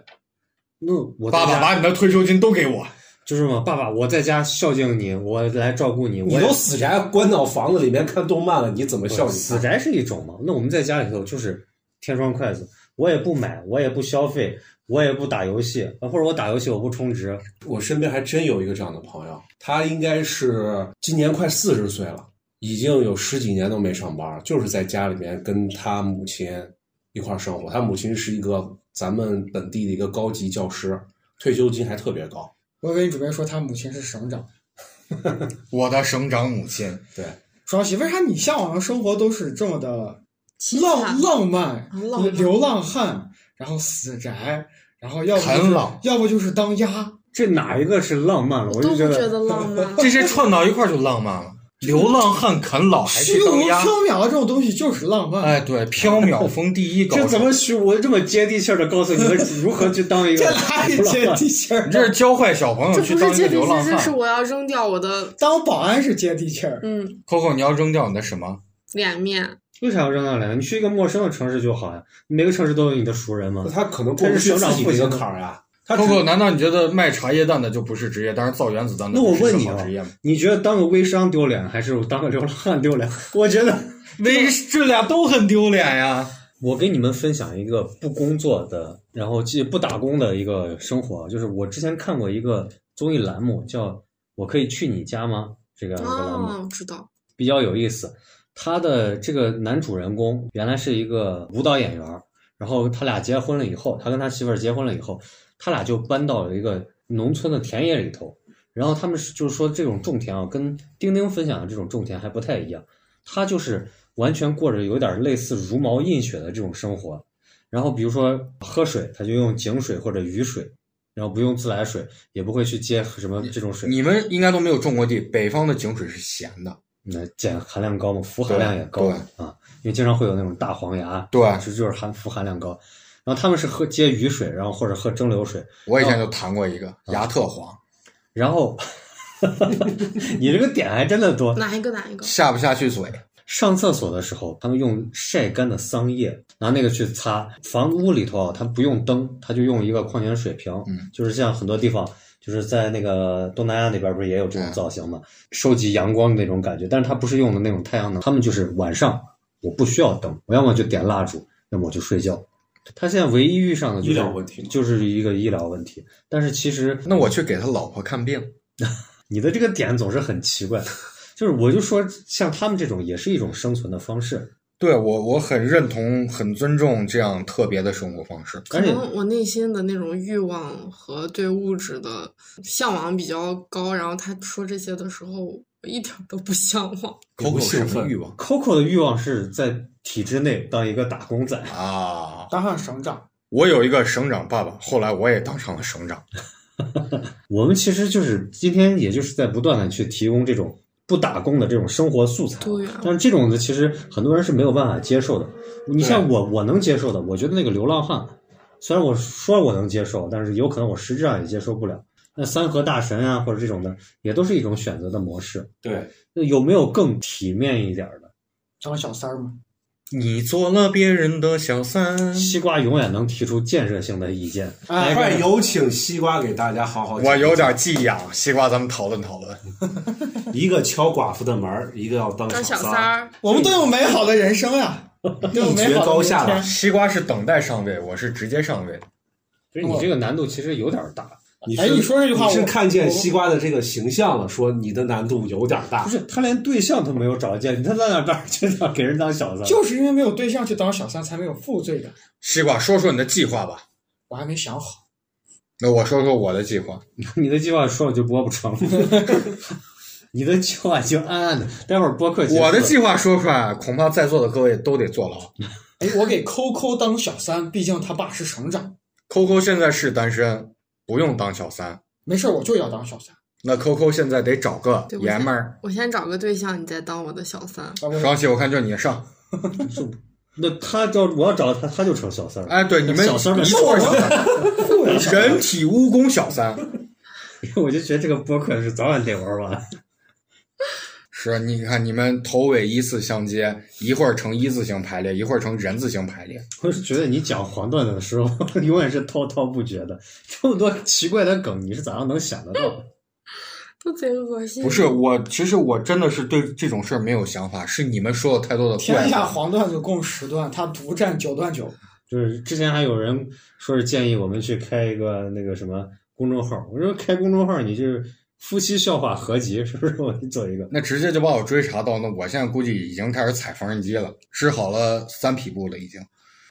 A: 那我啊在
B: 爸爸
A: 家
B: 把你的退休金都给我，
A: 就是嘛，爸爸，我在家孝敬你，我来照顾你，我
C: 你
A: 也
C: 都死宅关到房子里面看动漫了，你怎么孝敬
A: 死
C: 他？
A: 宅是一种嘛？那我们在家里头就是添双筷子，我也不买，我也不消费，我也不打游戏，啊或者我打游戏我不充值，
C: 我身边还真有一个这样的朋友，他应该是今年快四十岁了，已经有十几年都没上班，就是在家里面跟他母亲一块儿生活。他母亲是一个咱们本地的一个高级教师，退休金还特别高。
E: 我给你准备说他母亲是省长。
B: 我的省长母亲。
C: 对，
E: 双喜，为啥你向往的生活都是这么的
F: 凄
E: 浪
F: 惨，啊
E: 浪漫、
F: 浪漫
E: 流浪汉，然后死宅，然后要不、就是、
B: 啃老，
E: 要不就是当鸭。
A: 这哪一个是浪漫了？我
F: 都
A: 就
F: 不
A: 觉
F: 觉
A: 得
F: 得浪漫。
B: 这些串到一块儿就浪漫了。流浪汉啃老还
E: 虚
B: 是当
E: 无
B: 鸭
E: 缥？缈的这种东西就是浪漫。
B: 哎，对，缥缈风第一高
A: 这
B: 手。
A: 怎么虚？我这么接地气儿的告诉你们如何去当一个
E: 这哪里接地气儿
B: 你？这是教坏小朋
F: 这
B: 友
F: 不
B: 去
F: 是
B: 当一
F: 接
B: 个
F: 地
B: 流浪
F: 气，这是
B: 汉。
F: 我要扔掉我的
E: 当保安是接地气儿，
F: 嗯
B: Coco，你要扔掉你的什么？
F: 脸面。
A: 为啥要扔到脸？你去一个陌生的城市就好呀，每个城市都有你的熟
B: 嗯
A: 人嘛
C: 那。他可能过不去自己那个坎儿啊。他只
B: Coco，难道你觉得卖茶叶蛋的就不是职业？当然，造原子弹的
A: 那我
B: 不是
A: 问你
B: 什么
A: 啊
B: 职业吗？
A: 你觉得当个微商丢脸，还是当个流浪汉丢脸？我觉得，
B: 为这俩都很丢脸呀。
A: 我给你们分享一个不工作的，然后既不打工的一个生活，就是我之前看过一个综艺栏目，叫《我可以去你家吗》这
B: 嗯
A: 个栏目，
F: 哦，知道。
A: 比较有意思。他的这个男主人公原来是一个舞蹈演员儿，然后他俩结婚了以后，他跟他媳妇儿结婚了以后，他俩就搬到了一个农村的田野里头。然后他们是就是说这种种田啊，跟丁丁分享的这种种田还不太一样，他就是完全过着有点类似茹毛饮血的这种生活。然后比如说喝水，他就用井水或者雨水，然后不用自来水，也不会去接什么这种水。
B: 你们应该都没有种过地，北方的井水是咸的。
A: 那碱含量高嘛，氟含量也高
B: 对
A: 啊，因为经常会有那种大黄牙，
B: 对
A: 就就是含氟含量高。然后他们是喝接雨水，然后或者喝蒸馏水，
B: 我以前就谈过一个牙特黄，
A: 然后 你这个点还真的多。
F: 哪一个？哪一个？
B: 下不下去嘴。
A: 上厕所的时候，他们用晒干的桑叶拿那个去擦。房屋里头啊，他不用灯，他就用一个矿泉水瓶，
B: 嗯
A: 就是像很多地方，就是在那个东南亚那边不是也有这种造型嘛，收集阳光的那种感觉。但是他不是用的那种太阳能，他们就是晚上我不需要灯，我要么就点蜡烛，要么我就睡觉。他现在唯一遇上的、就是、
C: 医疗问题嘛
A: 就是一个医疗问题。但是其实
B: 那我去给他老婆看病，
A: 你的这个点总是很奇怪， 就是我就说像他们这种也是一种生存的方式。
B: 对我我很认同、很尊重这样特别的生活方式。
F: 可
A: 而且
F: 能我内心的那种欲望和对物质的向往比较高，然后他说这些的时候，我一点儿都不向往。
C: 也不
B: Coco 什
C: 兴
B: 么
C: 奋
B: 欲望
A: Coco 的欲望是在体制内当一个打工仔，
B: 啊？
E: 当上省长。
B: 我有一个省长爸爸，后来我也当上了省长。
A: 我们其实就是今天，也就是在不断的去提供这种不打工的这种生活素材。
F: 对呀
A: 但是这种的其实很多人是没有办法接受的。你像
C: 对
A: 我，我能接受的，我觉得那个流浪汉，虽然我说我能接受，但是有可能我实质上也接受不了。那三和大神啊，或者这种的，也都是一种选择的模式。
C: 对，
A: 那有没有更体面一点的？
E: 当小三儿嘛。
B: 你做了别人的小三，
A: 西瓜永远能提出建设性的意见。
E: 哎
C: 快有请西瓜给大家好好讲
B: 我
C: 一
B: 有
C: 讲
B: 点寄养。西瓜，咱们讨论讨论。
C: 一个敲寡妇的门儿，一个要当
F: 当小
C: 三
F: 三
C: 儿，
F: 儿，
E: 我们都有美好的人生 呀，都有美好的
C: 一决高下吧
E: 明天
B: 西瓜是等待上位，我是直接上位。
A: 其实你这个难度其实有点大，
C: 你
E: 哎
C: 是
E: 你说这句话
C: 你是
E: 我
C: 看见西瓜的这个形象了，说你的难度有点大
A: 不。是他连对象都没有找见，他在哪边就想给人当小三？
E: 就是因为没有对象去当小三，才没有负罪感。
B: 西瓜，说说你的计划吧。
E: 我还没想好，
B: 那我说说我的计划。
A: 你的计划说了 就播不成，你的计划就暗暗的，待会儿播客结束
B: 我的计划说出来，恐怕在座的各位都得坐牢。
E: 哎，我给抠抠当小三，毕竟他爸是省长。
B: 扣扣现在是单身，不用当小三。
E: 没事儿，我就要当小三。
B: 那扣扣现在得找个
F: 对我
B: 爷们儿。
F: 我先找个对象，你再当我的小三。
E: 啊不是
B: 双喜，我看就你上。
A: 那他要我要找他，他就成小三儿。
B: 哎，对，你们
A: 小三儿们
B: 一错小三，人体蜈蚣小三。
A: 我就觉得这个播客是早晚得玩完。
B: 是，你看你们头尾一字相接，一会儿成一字形排列，一会儿成人字形排列。
A: 我是觉得你讲黄段子的时候， 永远是滔滔不绝的，这么多奇怪的梗，你是咋样能想得到的？
F: 都贼恶心。
B: 不是
E: 嗯
B: 我，其实我真的是对这种事儿没有想法，是你们说了太多的怪
E: 天下
B: 话。
E: 黄段子共十段，他独占九 段九。
A: 就是之前还有人说是建议我们去开一个那个什么公众号，我说开公众号你就是夫妻笑话合集，是不是？ 我就做一个。
B: 那直接就把我追查到，那我现在估计已经开始踩缝纫机了，织好了三匹布了已经。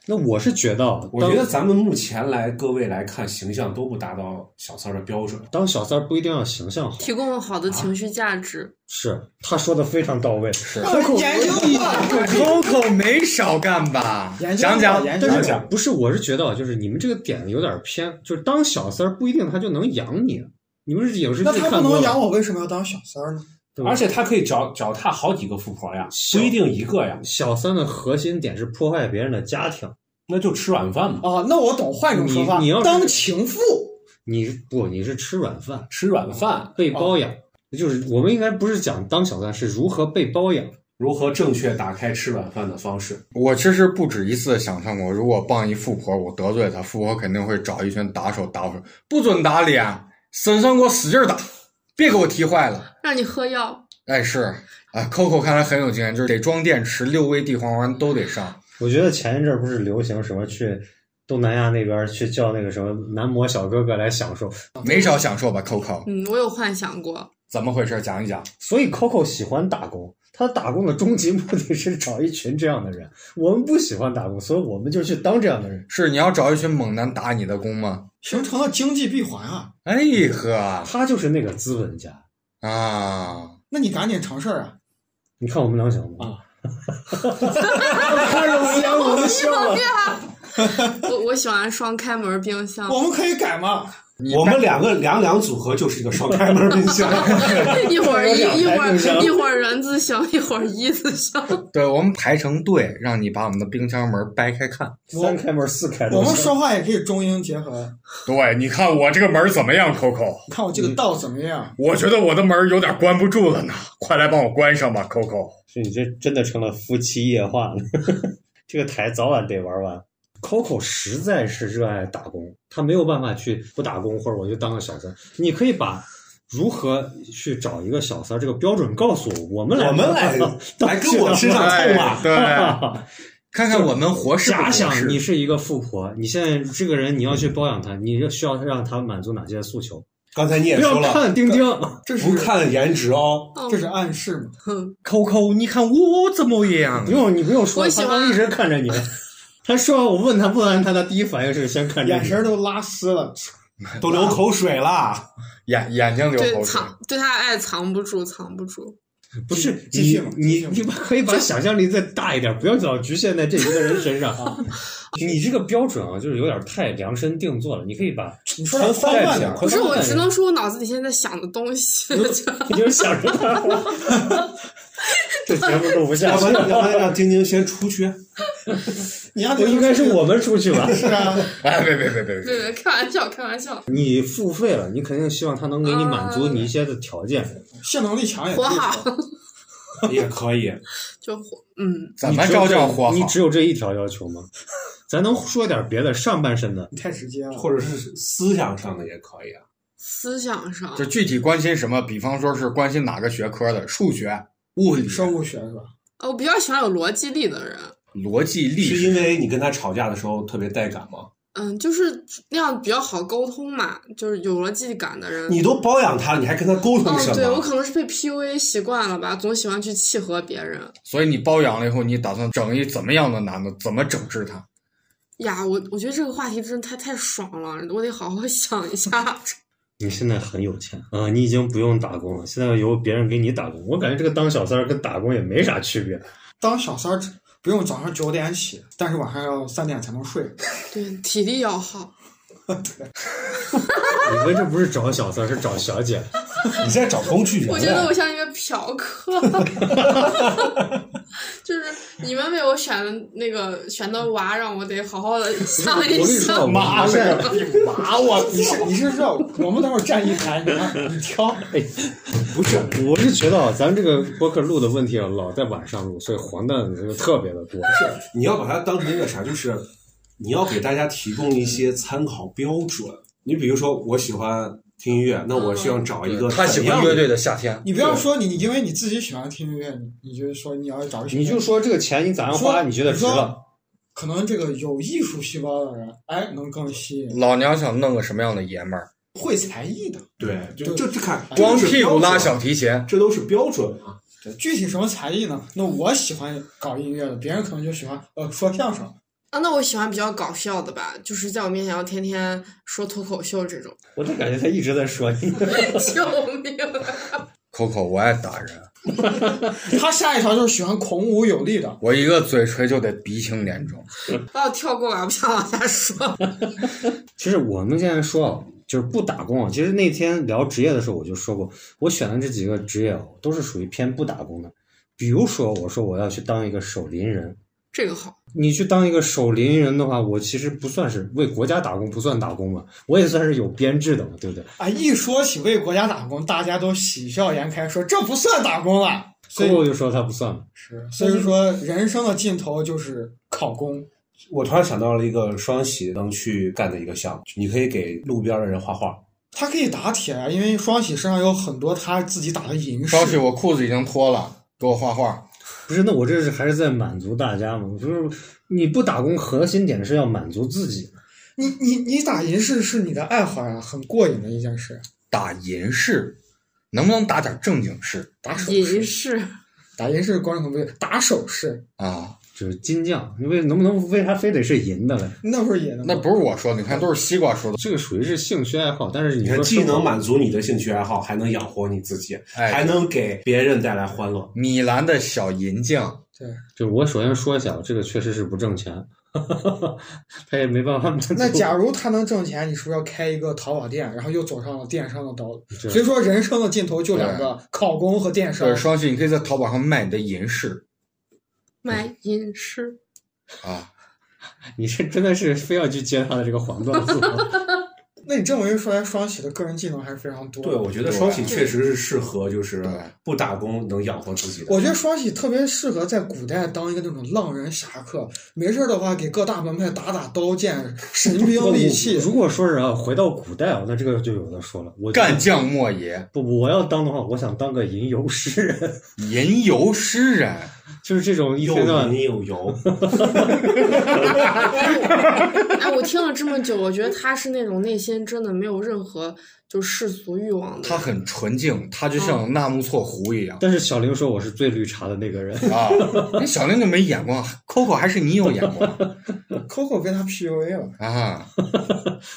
A: 那我是觉得啊，
C: 我
A: 当
C: 觉得咱们目前来各位来看，形象都不达到小三儿的标准。
A: 当小三儿不一定要形象好，
F: 提供了好的情绪价值，
A: 是他说的非常到位。
B: 是
E: 研究吧，
B: ，Coco 没少干吧？
E: 研究
B: 讲讲，
E: 研究
A: 但是
C: 讲讲
A: 不是，我是觉得啊，就是你们这个点有点偏，就是当小三儿不一定他就能养你，你们是影视剧
E: 那他
A: 看
E: 不
A: 多
E: 能养
A: 了，
E: 我，为什么要当小三儿呢？
A: 对吧
C: 而且他可以脚脚踏好几个富婆呀，不一定一个呀，
A: 小三的核心点是破坏别人的家庭。
C: 那就吃软饭嘛，
E: 啊，那我懂，换一种说法
A: 你你要，是
E: 当情妇。
A: 你不，你是吃软饭
C: 吃软饭
A: 被包养，就是我们应该不是讲当小三，是如何被包养。
C: 如何正确打开吃软饭的方式？
B: 我其实不止一次想象过，如果傍一富婆，我得罪她，富婆肯定会找一群打手打我说不准打脸，婶婶给我使劲打，别给我踢坏了。
F: 让你喝药。
B: 哎，是啊，Coco 看来很有经验，就是得装电池、六味地黄丸都得
E: 啊
B: 上。
A: 我觉得前一阵儿不是流行什么去东南亚那边儿去叫那个什么男模小哥哥来享受，
B: 没少享受吧，Coco？
F: 嗯，我有幻想过，
B: 怎么回事？讲一讲。
A: 所以 Coco 喜欢打工，他打工的终极目的是找一群这样的人。我们不喜欢打工，所以我们就去当这样的人。
B: 是你要找一群猛男打你的工吗？
E: 形成了经济闭环啊！
B: 哎呵
A: 他就是那个资本家。
B: 啊，
E: 那你赶紧成事儿啊！
A: 你看我们俩想吗？
E: 啊
A: 看着我们俩，我们笑了。
F: 我我喜欢双开门冰箱，
E: 我们可以改嘛？
C: 我们两个两两组合就是一个双开门冰 箱。
F: 一会儿一
A: 我有两台
F: 一会
A: 冰箱
F: 儿一会儿人字形，一会儿一字形。
B: 对我们排成队，让你把我们的冰箱门掰开看。
A: 三开门四开都
E: 我们
A: 行
E: 说话也可以中英结
A: 嗯
E: 合。
B: 对，你看我这个门怎么样，Coco？
E: 看我这个道怎么样？
B: 我觉得我的门有点关不住了呢，快来帮我关上吧，Coco。
A: 是你这真的成了夫妻夜话了， 这个台早晚得玩完。Coco 实在是热爱打工，他没有办法去不打工，或者我就当个小三。你可以把如何去找一个小三这个标准告诉我，我们来，
C: 我们 来来跟我身上蹭吧。
B: 哎对，
A: 啊
B: 看看我们合适不
A: 假
B: 合
A: 想你
B: 适。
A: 是一个富婆，你现在这个人你要去包养他，你需要让他满足哪些诉求？
C: 刚才你也
A: 不
C: 说
A: 要
C: 了，
A: 看丁丁，
E: 这是
C: 不看颜值哦，
F: 嗯
E: 这是暗示嘛？
F: 哼，
B: Coco，你看我怎么样
A: 不用你不用说，
F: 我喜
A: 他
F: 欢
A: 刚一直看 着你。他说完我问他不问完他，的第一反应是先看着你
E: 眼神都拉丝了。
C: 都流口水啦。
B: 眼眼睛流
F: 对
B: 口水。
F: 藏对他的爱藏不住，藏不住。
A: 不是
B: 继
A: 你
B: 续嘛继
A: 你
B: 续嘛
A: 你把可以把想象力再大一点，不要老局限在这一个人身上 啊。你这个标准啊，就是有点太量身定做了。你可以把
E: 你说点泛
A: 再
E: 泛
A: 讲
E: 的，
F: 不是，我只能说我脑子里现在想的东西。
A: 你就想着他， 这节目录不下
C: 要
A: 去
C: 不然要不
A: 了。
C: 然让晶晶先出去，
E: 你还
A: 不
E: 得
A: 应该是我们出去吧？
E: 是啊，
B: 哎，别别别别
F: 对对，开玩笑，开玩笑。
A: 你付费了，你肯定希望他能给你满足你一些的条件。
E: 性能力强也
F: 活
E: 可以
F: 好
E: 说
C: 也可以。
F: 就活嗯，
B: 怎么着叫活
A: 你
B: 好？
A: 只有这一条要求吗？咱能说点别的上半身的？
E: 你太直接了。
C: 或者是思想上的也可以啊。
F: 思想上
B: 就具体关心什么？比方说是关心哪个学科的？数学、物理、
E: 生物学是吧？
F: 呃，我比较喜欢有逻辑力的人。
B: 逻辑、历
C: 是
B: 史。
C: 因为你跟他吵架的时候特别带感吗？
F: 嗯，就是那样比较好沟通嘛，就是有逻辑感的人。
C: 你都包养他了，你还跟他沟通什
F: 嗯，
C: 么？
F: 对我可能是被 PUA 习惯了吧，总喜欢去契合别人。
B: 所以你包养了以后，你打算整一怎么样的男的？怎么整治他？
F: 呀，我我觉得这个话题真的太太爽了，我得好好想一下。
A: 你现在很有钱啊、你已经不用打工了，现在由别人给你打工。我感觉这个当小三儿跟打工也没啥区 别。
E: 当小三儿不用早上九点起，但是晚上要三点才能睡。
F: 对，体力要好。
A: 你们这不是找小三儿，是找小 姐。
C: 你在找工具人啊。
F: 我觉得我像一个嫖客，就是你们为我选的那个选的娃，让我得好好的想
A: 我跟
F: 一
A: 你说
F: 想。
A: 妈
E: 不是
A: 呀，
E: 娃我，你是你是说我们等会儿站一排，你看你挑。
A: 不是，我是觉得啊，咱这个播客录的问题啊，老在晚上录，所以黄段子就特别的多。
C: 你要把它当成一个啥，就是你要给大家提供一些参考标准。你比如说，我喜欢听音乐，那我
F: 嗯
C: 希望找一个
B: 他喜
C: 怎样
B: 欢
C: 的
B: 乐队的夏天。
E: 你不要说你，你因为你自己喜欢听音乐，你你就说你要找个什 么
A: 你就说这个钱你咋样花，你觉得值
E: 你
A: 了？
E: 说可能这个有艺术细胞的人，哎，能更吸引
B: 老娘想弄个什么样的爷们儿？
E: 会才艺的。
C: 对，就就就看
B: 光屁股拉，小
C: 这都是标准
B: 提琴，
C: 这都是标准啊。
E: 具体什么才艺呢？那我喜欢搞音乐的，别人可能就喜欢呃说相声。
F: 啊，那我喜欢比较搞笑的吧，就是在我面前要天天说脱口秀这种。
A: 我就感觉他一直在说你。
F: 救命！
B: 扣扣，我爱打人，
E: 他下一条就是喜欢孔武有力的。
B: 我一个嘴唇就得鼻青脸肿。
F: 把我跳过吧，不想往下说。
A: 其实我们现在说啊，就是不打工啊。其实那天聊职业的时候，我就说过，我选的这几个职业啊，都是属于偏不打工的。比如说，我说我要去当一个守林人，
F: 这个好，
A: 你去当一个守林人的话，我其实不算是为国家打工，不算打工嘛，我也算是有编制的嘛，对不对？
E: 啊，一说起为国家打工，大家都喜笑颜开，说这不算打工了。所
A: 最后
E: 以
A: 就说他不算了。
E: 是，所以说人生的尽头就是考公。
C: 我突然想到了一个双喜能去干的一个项目，你可以给路边的人画画。
E: 他可以打铁啊，因为双喜身上有很多他自己打的银饰
B: 双。喜，我裤子已经脱了，给我画画。
A: 不是，那我这是还是在满足大家嘛？就是你不打工，核心点是要满足自己。
E: 你你你打银饰是你的爱好呀、很过瘾的一件事。啊
B: 打银饰，能不能打点正经事？打首
F: 银
B: 饰
F: 饰
E: 打银饰观众朋友，打首饰
B: 啊？
A: 就是金匠，你为能不能为啥非得是银的嘞？
E: 那会儿也能
B: 那不是我说的，你看都是西瓜说的。
A: 这个属于是兴趣爱好，但是你
C: 你
A: 说
C: 看，既
A: 生活
C: 能满足你的兴趣爱好，还能养活你自己，还
B: 哎，
C: 能给别人带来欢乐。
B: 米兰的小银匠，
E: 对。
A: 就我首先说一下，这个确实是不挣钱，他也没办法满足。
E: 那假如他能挣钱，你是不是要开一个淘宝店，然后又走上了电商的道路？
A: 对
E: 所以说，人生的尽头就两个：考公和电商啊
B: 对，。双喜，你可以在淘宝上卖你的银饰
F: 买银饰，
B: 啊。
A: 你是真的是非要去接他的这个黄段子吗？。
E: 那你这么一说来，双喜的个人技能还是非常多的。
C: 对，我觉得双喜确实是适合，就是
B: 对
C: 不打工能养活自己的。
E: 我觉得双喜特别适合在古代当一个那种浪人侠客，没事儿的话给各大门派打打刀剑、神 兵利器
A: 如果说是啊，回到古代啊，那这个就有的说了。我
B: 干将莫邪，
A: 不，我要当的话，我想当个吟游诗人，
B: 吟游诗人，
A: 就是这种一
C: 又
A: 天到晚
C: 淫又油，
F: 哎，我听了这么久，我觉得他是那种内心真的没有任何就世俗欲望的
B: 他
F: 人。
B: 很纯净，他就像纳木错湖一样
A: 但是小玲说我是最绿茶的那个人，
B: 啊。那小玲就没眼光，Coco 还是你有眼光
E: Coco 被他 PUA 了
B: 啊。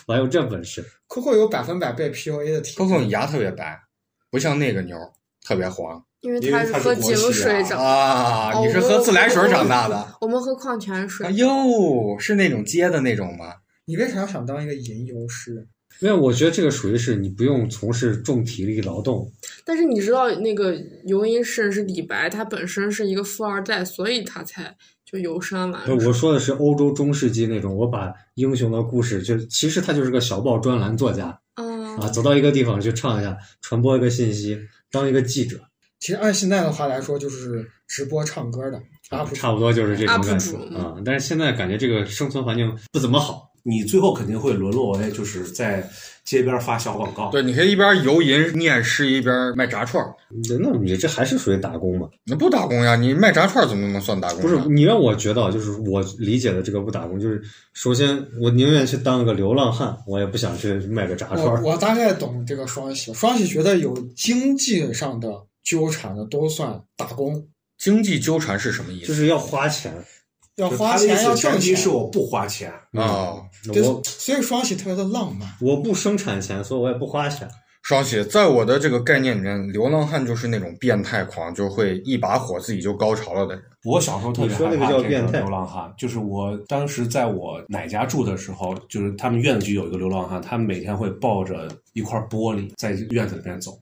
A: 我还有这本事。
E: ，Coco 有百分百被 PUA 的体验。
B: Coco 你牙特别白，不像那个妞儿。特别黄
F: 因为
C: 因为
F: 他
C: 他是国
F: 喝井
C: 企
F: 水
C: 啊
F: 长，
B: 啊！
F: 哦
B: 你是喝自来水长大的？
F: 我们喝矿泉水
B: 哎。呦，是那种街的那种吗？
E: 你为啥想当一个吟游诗？
A: 因为我觉得这个属于是你不用从事重体力劳动，
F: 但是你知道那个游吟士是李白，他本身是一个富二代，所以他才就游山玩
A: 呃
F: 水。
A: 我说的是欧洲中世纪那种，我把英雄的故事，就是其实他就是个小报专栏作家
F: 嗯
A: 啊，，走到一个地方去唱一下，传播一个信息，当一个记者，
E: 其实按现在的话来说，就是直播唱歌
C: 啊
E: 的 UP 主。
A: 差不多就是这种
F: UP
A: 感觉
F: 主嗯
A: 啊。但是现在感觉这个生存环境不怎么好，
C: 你最后肯定会沦落为就是在街边发小广告。
B: 对，你可以一边游吟念诗，一边卖炸串儿。
A: 那你这还是属于打工嘛？
B: 那不打工呀？你卖炸串儿怎么能算打工？
A: 不是，你让我觉得啊，就是我理解的这个不打工，就是首先我宁愿去当个流浪汉，我也不想去卖个炸串
E: 我
A: 儿。
E: 我大概懂这个双喜，双喜觉得有经济上的纠缠的都算打工，
B: 经济纠缠是什么意
A: 就
B: 思？
A: 是要花钱，
E: 要
C: 就
E: 花
C: 他的意
E: 钱
C: 思
E: 要
C: 前
E: 挣
C: 提
E: 钱。
C: 是我不花钱，
A: 嗯
B: 哦，
E: 对
A: 我，
E: 所以双喜特别的浪漫。
A: 我不生产钱，所以我也不花钱。
B: 双喜，在我的这个概念里面，流浪汉就是那种变态狂，就会一把火自己就高潮了的人。
C: 我小时候特别害
A: 你说那
C: 怕
A: 个叫
C: 这
A: 变态
C: 流浪汉，就是我当时在我奶家住的时候，就是他们院子里有一个流浪汉，他们每天会抱着一块玻璃在院子里面走，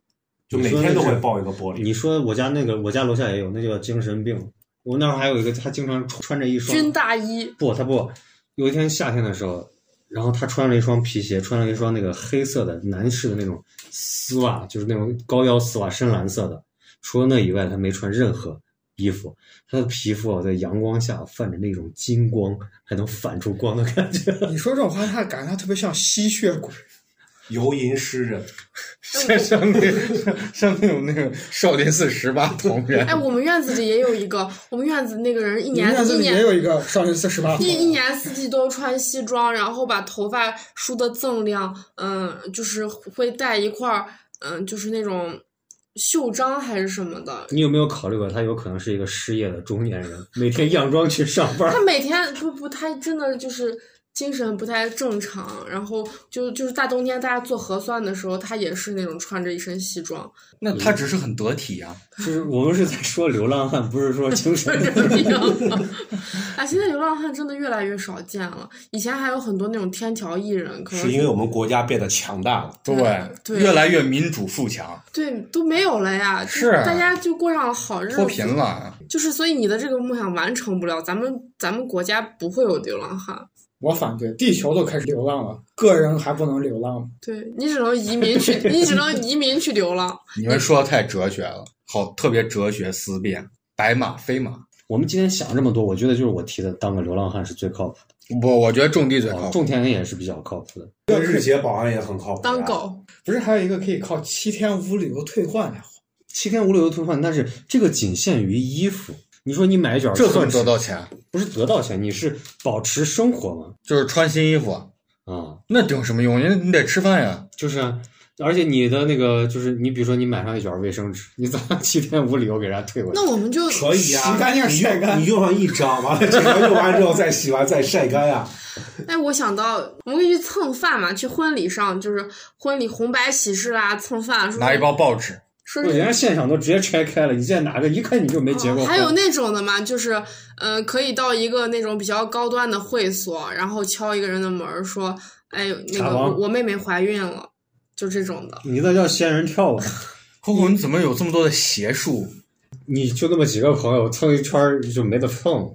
C: 就每天都会抱一个玻璃。
A: 你说我家那个，我家楼下也有，那叫精神病。我那会儿还有一个，他经常穿穿着一双
F: 军大衣，
A: 不，他不，有一天夏天的时候，然后他穿了一双皮鞋，穿了一双那个黑色的男士的那种丝袜，就是那种高腰丝袜，深蓝色的。除了那以外，他没穿任何衣服。他的皮肤啊，在阳光下泛着那种金光，还能反出光的感觉。
E: 你说这种话，他感觉他特别像吸血鬼。
C: 游吟诗人，
B: 像像那像那种那个少林寺十八铜人
F: 哎，，我们院子里也有一个，我们院子那个人一
E: 你
F: 年
E: 们院
F: 一
E: 子里也
F: 年
E: 有一个少林寺十八铜
F: 一一年四季都穿西装，然后把头发梳得锃亮，嗯，就是会戴一块儿，嗯，就是那种袖章还是什么的。
A: 你有没有考虑过，他有可能是一个失业的中年人， 每天佯装去上班
F: 他？每天不不，他真的就是精神不太正常，然后就就是大冬天大家做核酸的时候，他也是那种穿着一身西装。
B: 那他只是很得体啊呀、
A: 就是我们是在说流浪汉，不是说精神 病。
F: 啊，现在流浪汉真的越来越少见了，以前还有很多那种天桥艺人，可能
C: 是因为我们国家变得强大了。
B: 对，
F: 对
B: 越来越民主富强，
F: 对都没有了呀，就是大家就过上了好日子，
B: 脱贫了。
F: 就是，所以你的这个梦想完成不了，咱们咱们国家不会有流浪汉，
E: 我反对，地球都开始流浪了，个人还不能流浪吗？
F: 对你只能移民去，你只能移民去流浪。
B: 你们说的太哲学了，好，特别哲学思辨。白马非马，
A: 我们今天想这么多，我觉得就是我提的当个流浪汉是最靠谱
B: 不，我觉得哦种地最
A: 的，
B: 靠
A: 啊
B: 谱。
A: 种田也是比较靠谱的。
C: 跟日结保安也很靠谱啊。
F: 当狗，
E: 不是还有一个可以靠七天无理由退换来换？
A: 七天无理由退换，但是这个仅限于衣服。你说你买一卷儿
B: 这算
A: 算
B: 得到钱，
A: 不是得到钱，你是保持生活嘛？
B: 就是穿新衣服，
A: 啊、
B: 那顶什么用？你你得吃饭呀。
A: 就是啊，而且你的那个就是你，比如说你买上一卷儿卫生纸，你咋七天无理由给人家退回来？
F: 那我们就
C: 可以啊，
E: 洗干净
C: 你
E: 晒干
C: 用你用上一张，完了整个用完之后再洗完再晒干啊呀、
F: 哎，我想到我们可以去蹭饭嘛，去婚礼上就是婚礼红白喜事啦，蹭饭说
B: 拿一包报纸，
F: 说
A: 不人
F: 是。
A: 家现场都直接拆开了，你再拿个一看你就没结过婚。
F: 哦还有那种的嘛，就是，嗯、可以到一个那种比较高端的会所，然后敲一个人的门儿说，哎，那
A: 茶
F: 个
A: 王
F: 我我妹妹怀孕了，就这种的。
A: 你那叫仙人跳吧？
B: Coco，你怎么有这么多的邪术？
A: 你就那么几个朋友蹭一圈儿就没得蹭。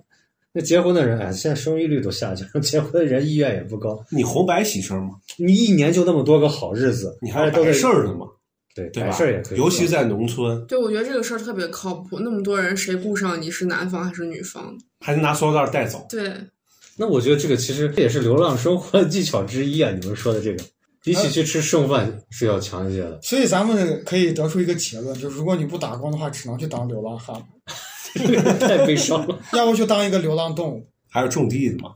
A: 那结婚的人，哎，现在生育率都下降， 结婚的人意愿也不高。
C: 你红白喜事儿嘛，
A: 你一年就那么多个好日子，
C: 你还有
A: 大哎家都
C: 白
A: 得
C: 事儿呢嘛，
A: 对，
C: 对
A: 摆
C: 吧？
A: 事儿也可以做，
C: 尤其在农村，
F: 对，我觉得这个事儿特别靠谱。那么多人，谁顾上你是男方还是女方？
C: 还能拿塑料袋带走。
F: 对，
A: 那我觉得这个其实也是流浪生活的技巧之一啊！你们说的这个，比起去吃剩饭是要强一些的。
E: 所以咱们可以得出一个结论，就是如果你不打工的话，只能去当流浪汉，
A: 太悲伤了。
E: 要不就当一个流浪动物。
C: 还有种地的嘛，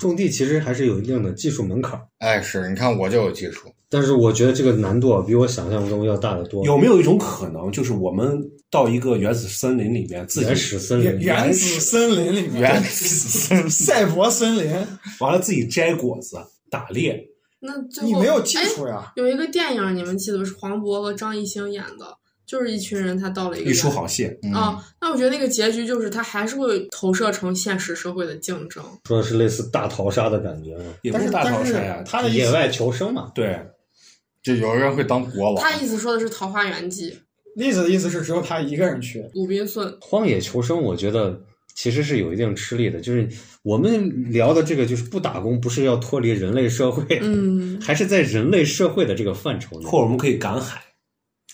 A: 种地其实还是有一定的技术门槛儿，
B: 哎，是你看我就有技术，
A: 但是我觉得这个难度啊，比我想象中要大得多。
C: 有没有一种可能，就是我们到一个原始森林里面，自
A: 呃原
C: 己
A: 始森
E: 原
A: 林，
E: 原始森林里面，
B: 原始
E: 赛博森林，
C: 完了自己摘果子、打猎，
F: 那最后
E: 你没有技
F: 哎
E: 术呀？
F: 有一个电影，你们记得是黄渤和张艺兴演的，就是一群人他到了一个
C: 一出
F: 地
C: 好戏，
B: 嗯
F: 方啊，那我觉得那个结局就是他还是会投射成现实社会的竞争。
A: 说的是类似大逃杀的感觉吗？
C: 也不
E: 但是
C: 大逃
E: 但
C: 杀
E: 是
C: 呀，
E: 他的意
A: 野
E: 思
A: 外求生嘛，
C: 对，
B: 就有人会当国王
F: 他，意思说的是《桃花源记》，
E: 栗子的意思是只有他一个人去，
F: 鲁滨逊
A: 荒野求生，我觉得其实是有一定吃力的。就是我们聊的这个，就是不打工，不是要脱离人类社会，
F: 嗯
A: 还是在人类社会的这个范畴内。
C: 或者我们可以赶海，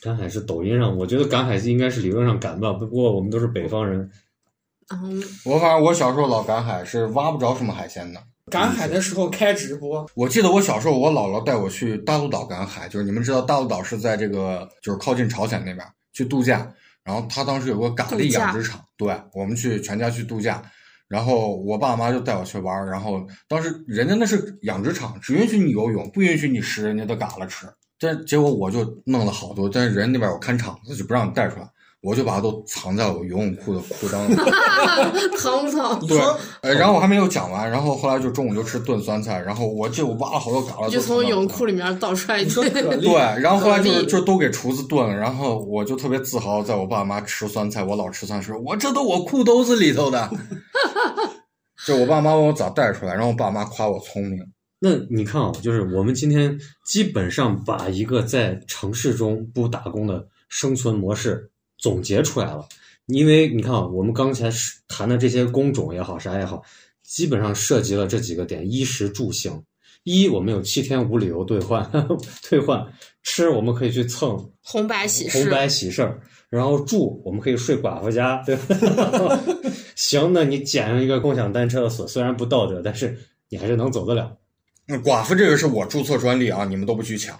A: 赶海是抖音上，我觉得赶海应该是理论上赶吧，不过我们都是北方人，
F: 然后
B: 我反正我小时候老赶海，是挖不着什么海鲜的。
E: 赶海的时候开直播，
B: 我记得我小时候，我姥姥带我去大陆岛赶海，就是你们知道大陆岛是在这个就是靠近朝鲜那边去度假，然后他当时有个蛤蜊养殖场，对我们去全家去度假，然后我爸妈就带我去玩，然后当时人家那是养殖场，只允许你游泳，不允许你食人家的蛤蜊吃，但结果我就弄了好多，但是人那边有看场子就不让你带出来，我就把它都藏在我游泳裤的裤裆里。
F: 疼不疼？
B: 对，呃，然后我还没有讲完，然后后来就中午就吃炖酸菜，然后我就挖了好多蛤蜊，
F: 就从泳裤
B: 里。
F: 里面倒出来一
E: 你说
F: 堆。
E: 可
B: 对
E: 厉，害，
B: 然后后来就
F: 蛤
B: 是
F: 蜊
B: 就都给厨子炖了，然后我就特别自豪，在我爸妈吃酸菜，我老吃酸菜，我这都我裤兜子里头的。 就我爸妈问我咋带出来，然后我爸妈夸我聪明，
A: 那你看啊，就是我们今天基本上把一个在城市中不打工的生存模式总结出来了。因为你看啊，我们刚才是谈的这些工种也好，啥也好，基本上涉及了这几个点：衣食住行。一，我们有七天无理由兑换， 退换；吃，我们可以去蹭
F: 红白喜
A: 红
F: 事，啊
A: 白喜事儿，然后住我们可以睡寡妇家，对吧？ 行，那你捡上一个共享单车的锁，虽然不道德，但是你还是能走得了。
B: 嗯寡妇这个是我注册专利啊，你们都不许抢。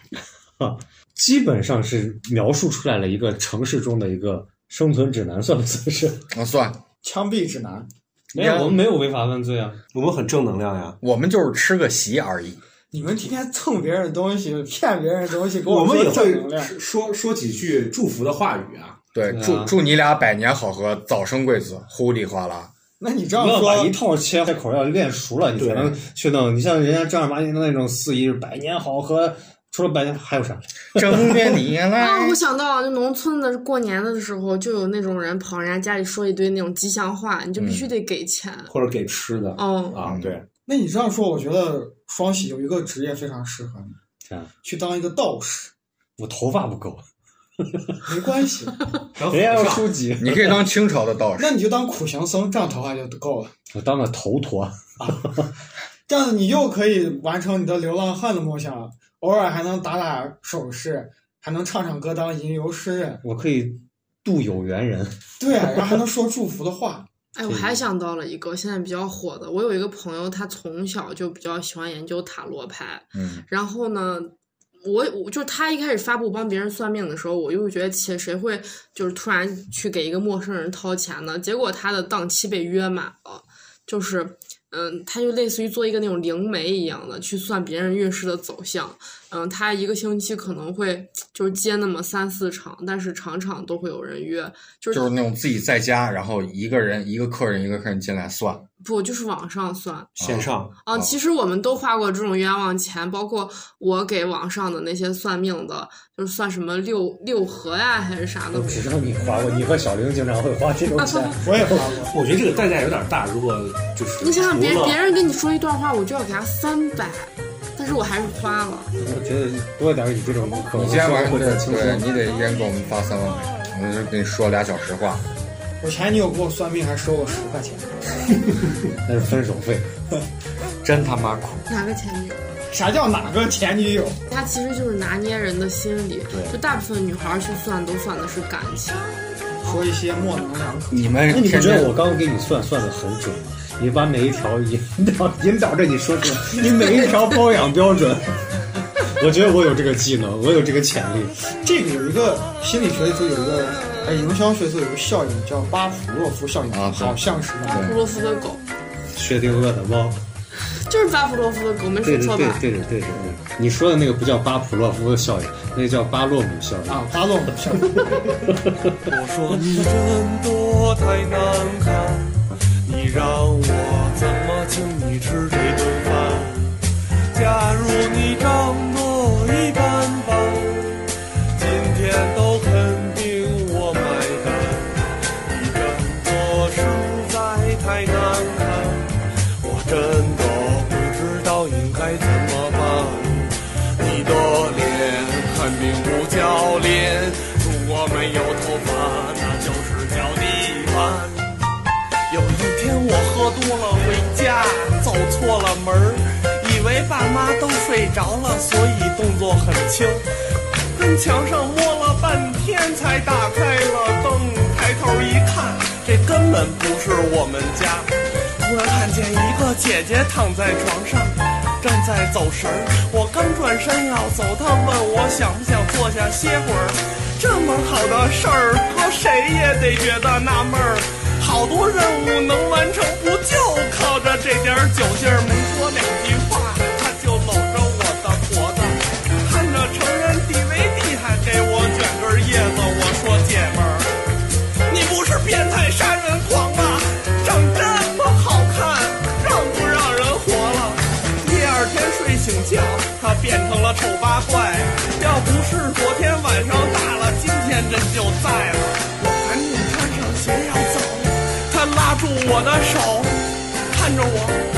A: 基本上是描述出来了一个城市中的一个生存指南，算不算是？
B: 啊，算，
E: 枪毙指南。
A: 没有，我们没有违法犯罪啊。
C: 我们很正能量呀。
B: 我们就是吃个席而已。
E: 你们天天蹭别人的东西，骗别人的东西，给
C: 我们
E: 们
C: 也
E: 说正
C: 会
E: 能量。
C: 说说几句祝福的话语啊，
B: 对，
A: 对啊
B: 祝祝你俩百年好合，早生贵子，呼里哗啦。
E: 那你这样
A: 你要把一
E: 说，
A: 套切开口要练熟了，你才
C: 对
A: 能去弄。你像人家正儿八经的那种四一百年好合，除了百年还有啥？
B: 正月你
F: 啊，
B: 来
F: 我，想到了，就农村的过年的时候，就有那种人跑人家家里说一堆那种吉祥话，你就必须得给钱。
C: 或者给吃的
F: 哦，
E: 嗯
C: 啊，对，
E: 那你这样说，我觉得双喜有一个职业非常适合你，
A: 啥？
E: 去当一个道士，
A: 我头发不够，
E: 没关系，
C: 然后
A: 人家要
C: 和尚
A: 书籍，
B: 你可以当清朝的道士。
E: 那你就当苦行僧，这样头发就够了。
A: 我当个头陀。
E: 这样子你又可以完成你的流浪汉的梦想，偶尔还能打打首饰，还能唱唱歌当吟游诗人，
A: 我可以渡有缘人。
E: 对，啊然后还能说祝福的话。
F: 哎，我还想到了一个现在比较火的，我有一个朋友，他从小就比较喜欢研究塔罗牌，
B: 嗯，
F: 然后呢。我我就他一开始发布帮别人算命的时候，我就觉得其实谁会就是突然去给一个陌生人掏钱呢？结果他的档期被约满了，就是嗯，他就类似于做一个那种灵媒一样的去算别人运势的走向，嗯，他一个星期可能会就是接那么三四场，但是场场都会有人约，就是
B: 就是那种自己在家，然后一个人一个客人一个客人进来算。
F: 不就是网上算，
C: 线上
F: 啊，
B: 哦
F: 其实我们都花过这种冤枉钱，包括我给网上的那些算命的，就是算什么六六合呀、还是啥的
A: 我。知道你花过，你和小玲经常会花这种钱。
E: 我也发过，
C: 我觉得这个代价有点大，如果就是
F: 你想想，别
C: 除了
F: 别人跟你说一段话，我就要给他三百，但是我还是花了。
A: 我觉得多点你这种不可
B: 你今天晚上
A: 会
B: 对
A: 更轻
B: 对，
A: 松。
B: 你得一人给我们发三万块，我们就跟你说俩小时话。
E: 我前女友给我算命还收我十块钱，
A: 那是分手费。
B: 真他妈苦！
F: 哪个前女友？
E: 啥叫哪个前女友？
F: 他其实就是拿捏人的心理，就大部分女孩儿去算都算的是感情。
E: 说一些模棱两可。
B: 你们
A: 那你不
B: 天
A: 觉得
B: 天
A: 我刚刚给你算算的很准吗？你把每一条引导引导着你说出 来，你每一条包养标准。 我觉得我有这个技能，我有这个潜力。
E: 这个有一个心理学里头有一个，呃，营销学里头有一个效应叫巴甫洛夫效应，
B: 啊对
E: 好像是吧？
F: 巴甫洛夫的狗
A: 薛定谔的猫，
F: 就是巴甫洛夫的狗，没说
A: 对对
F: 错
A: 对
F: 吧？
A: 对对对对，你说的那个不叫巴甫洛夫效应，那个叫巴洛姆效应。
E: 啊，巴洛姆效应。
D: 我说你真的太难看，你让我怎么请你吃这顿饭？假如你长得一般般，今天都肯定们并不教练。如果没有头发，那就是叫地盘。有一天我喝多了回家，走错了门儿，以为爸妈都睡着了，所以动作很轻，跟墙上摸了半天才打开了灯，抬头一看，这根本不是我们家。突然看见一个姐姐躺在床上，正在走神儿。我刚转身要走，她问我想不想坐下歇会儿。这么好的事儿，搁谁也得觉得纳闷儿。好多任务能完成，不就靠着这点儿酒劲儿？没说两句话，他就搂着我的脖子，看着成人 DVD，还给我卷根叶子。我说姐们儿，你不是变态杀人狂吧？长这么好看，让不让人活了？第二天睡醒觉，他变成了丑八怪。要不是昨天晚上大了，今天真就在了。我赶紧穿上鞋要走，他拉住我的手，看着我。哎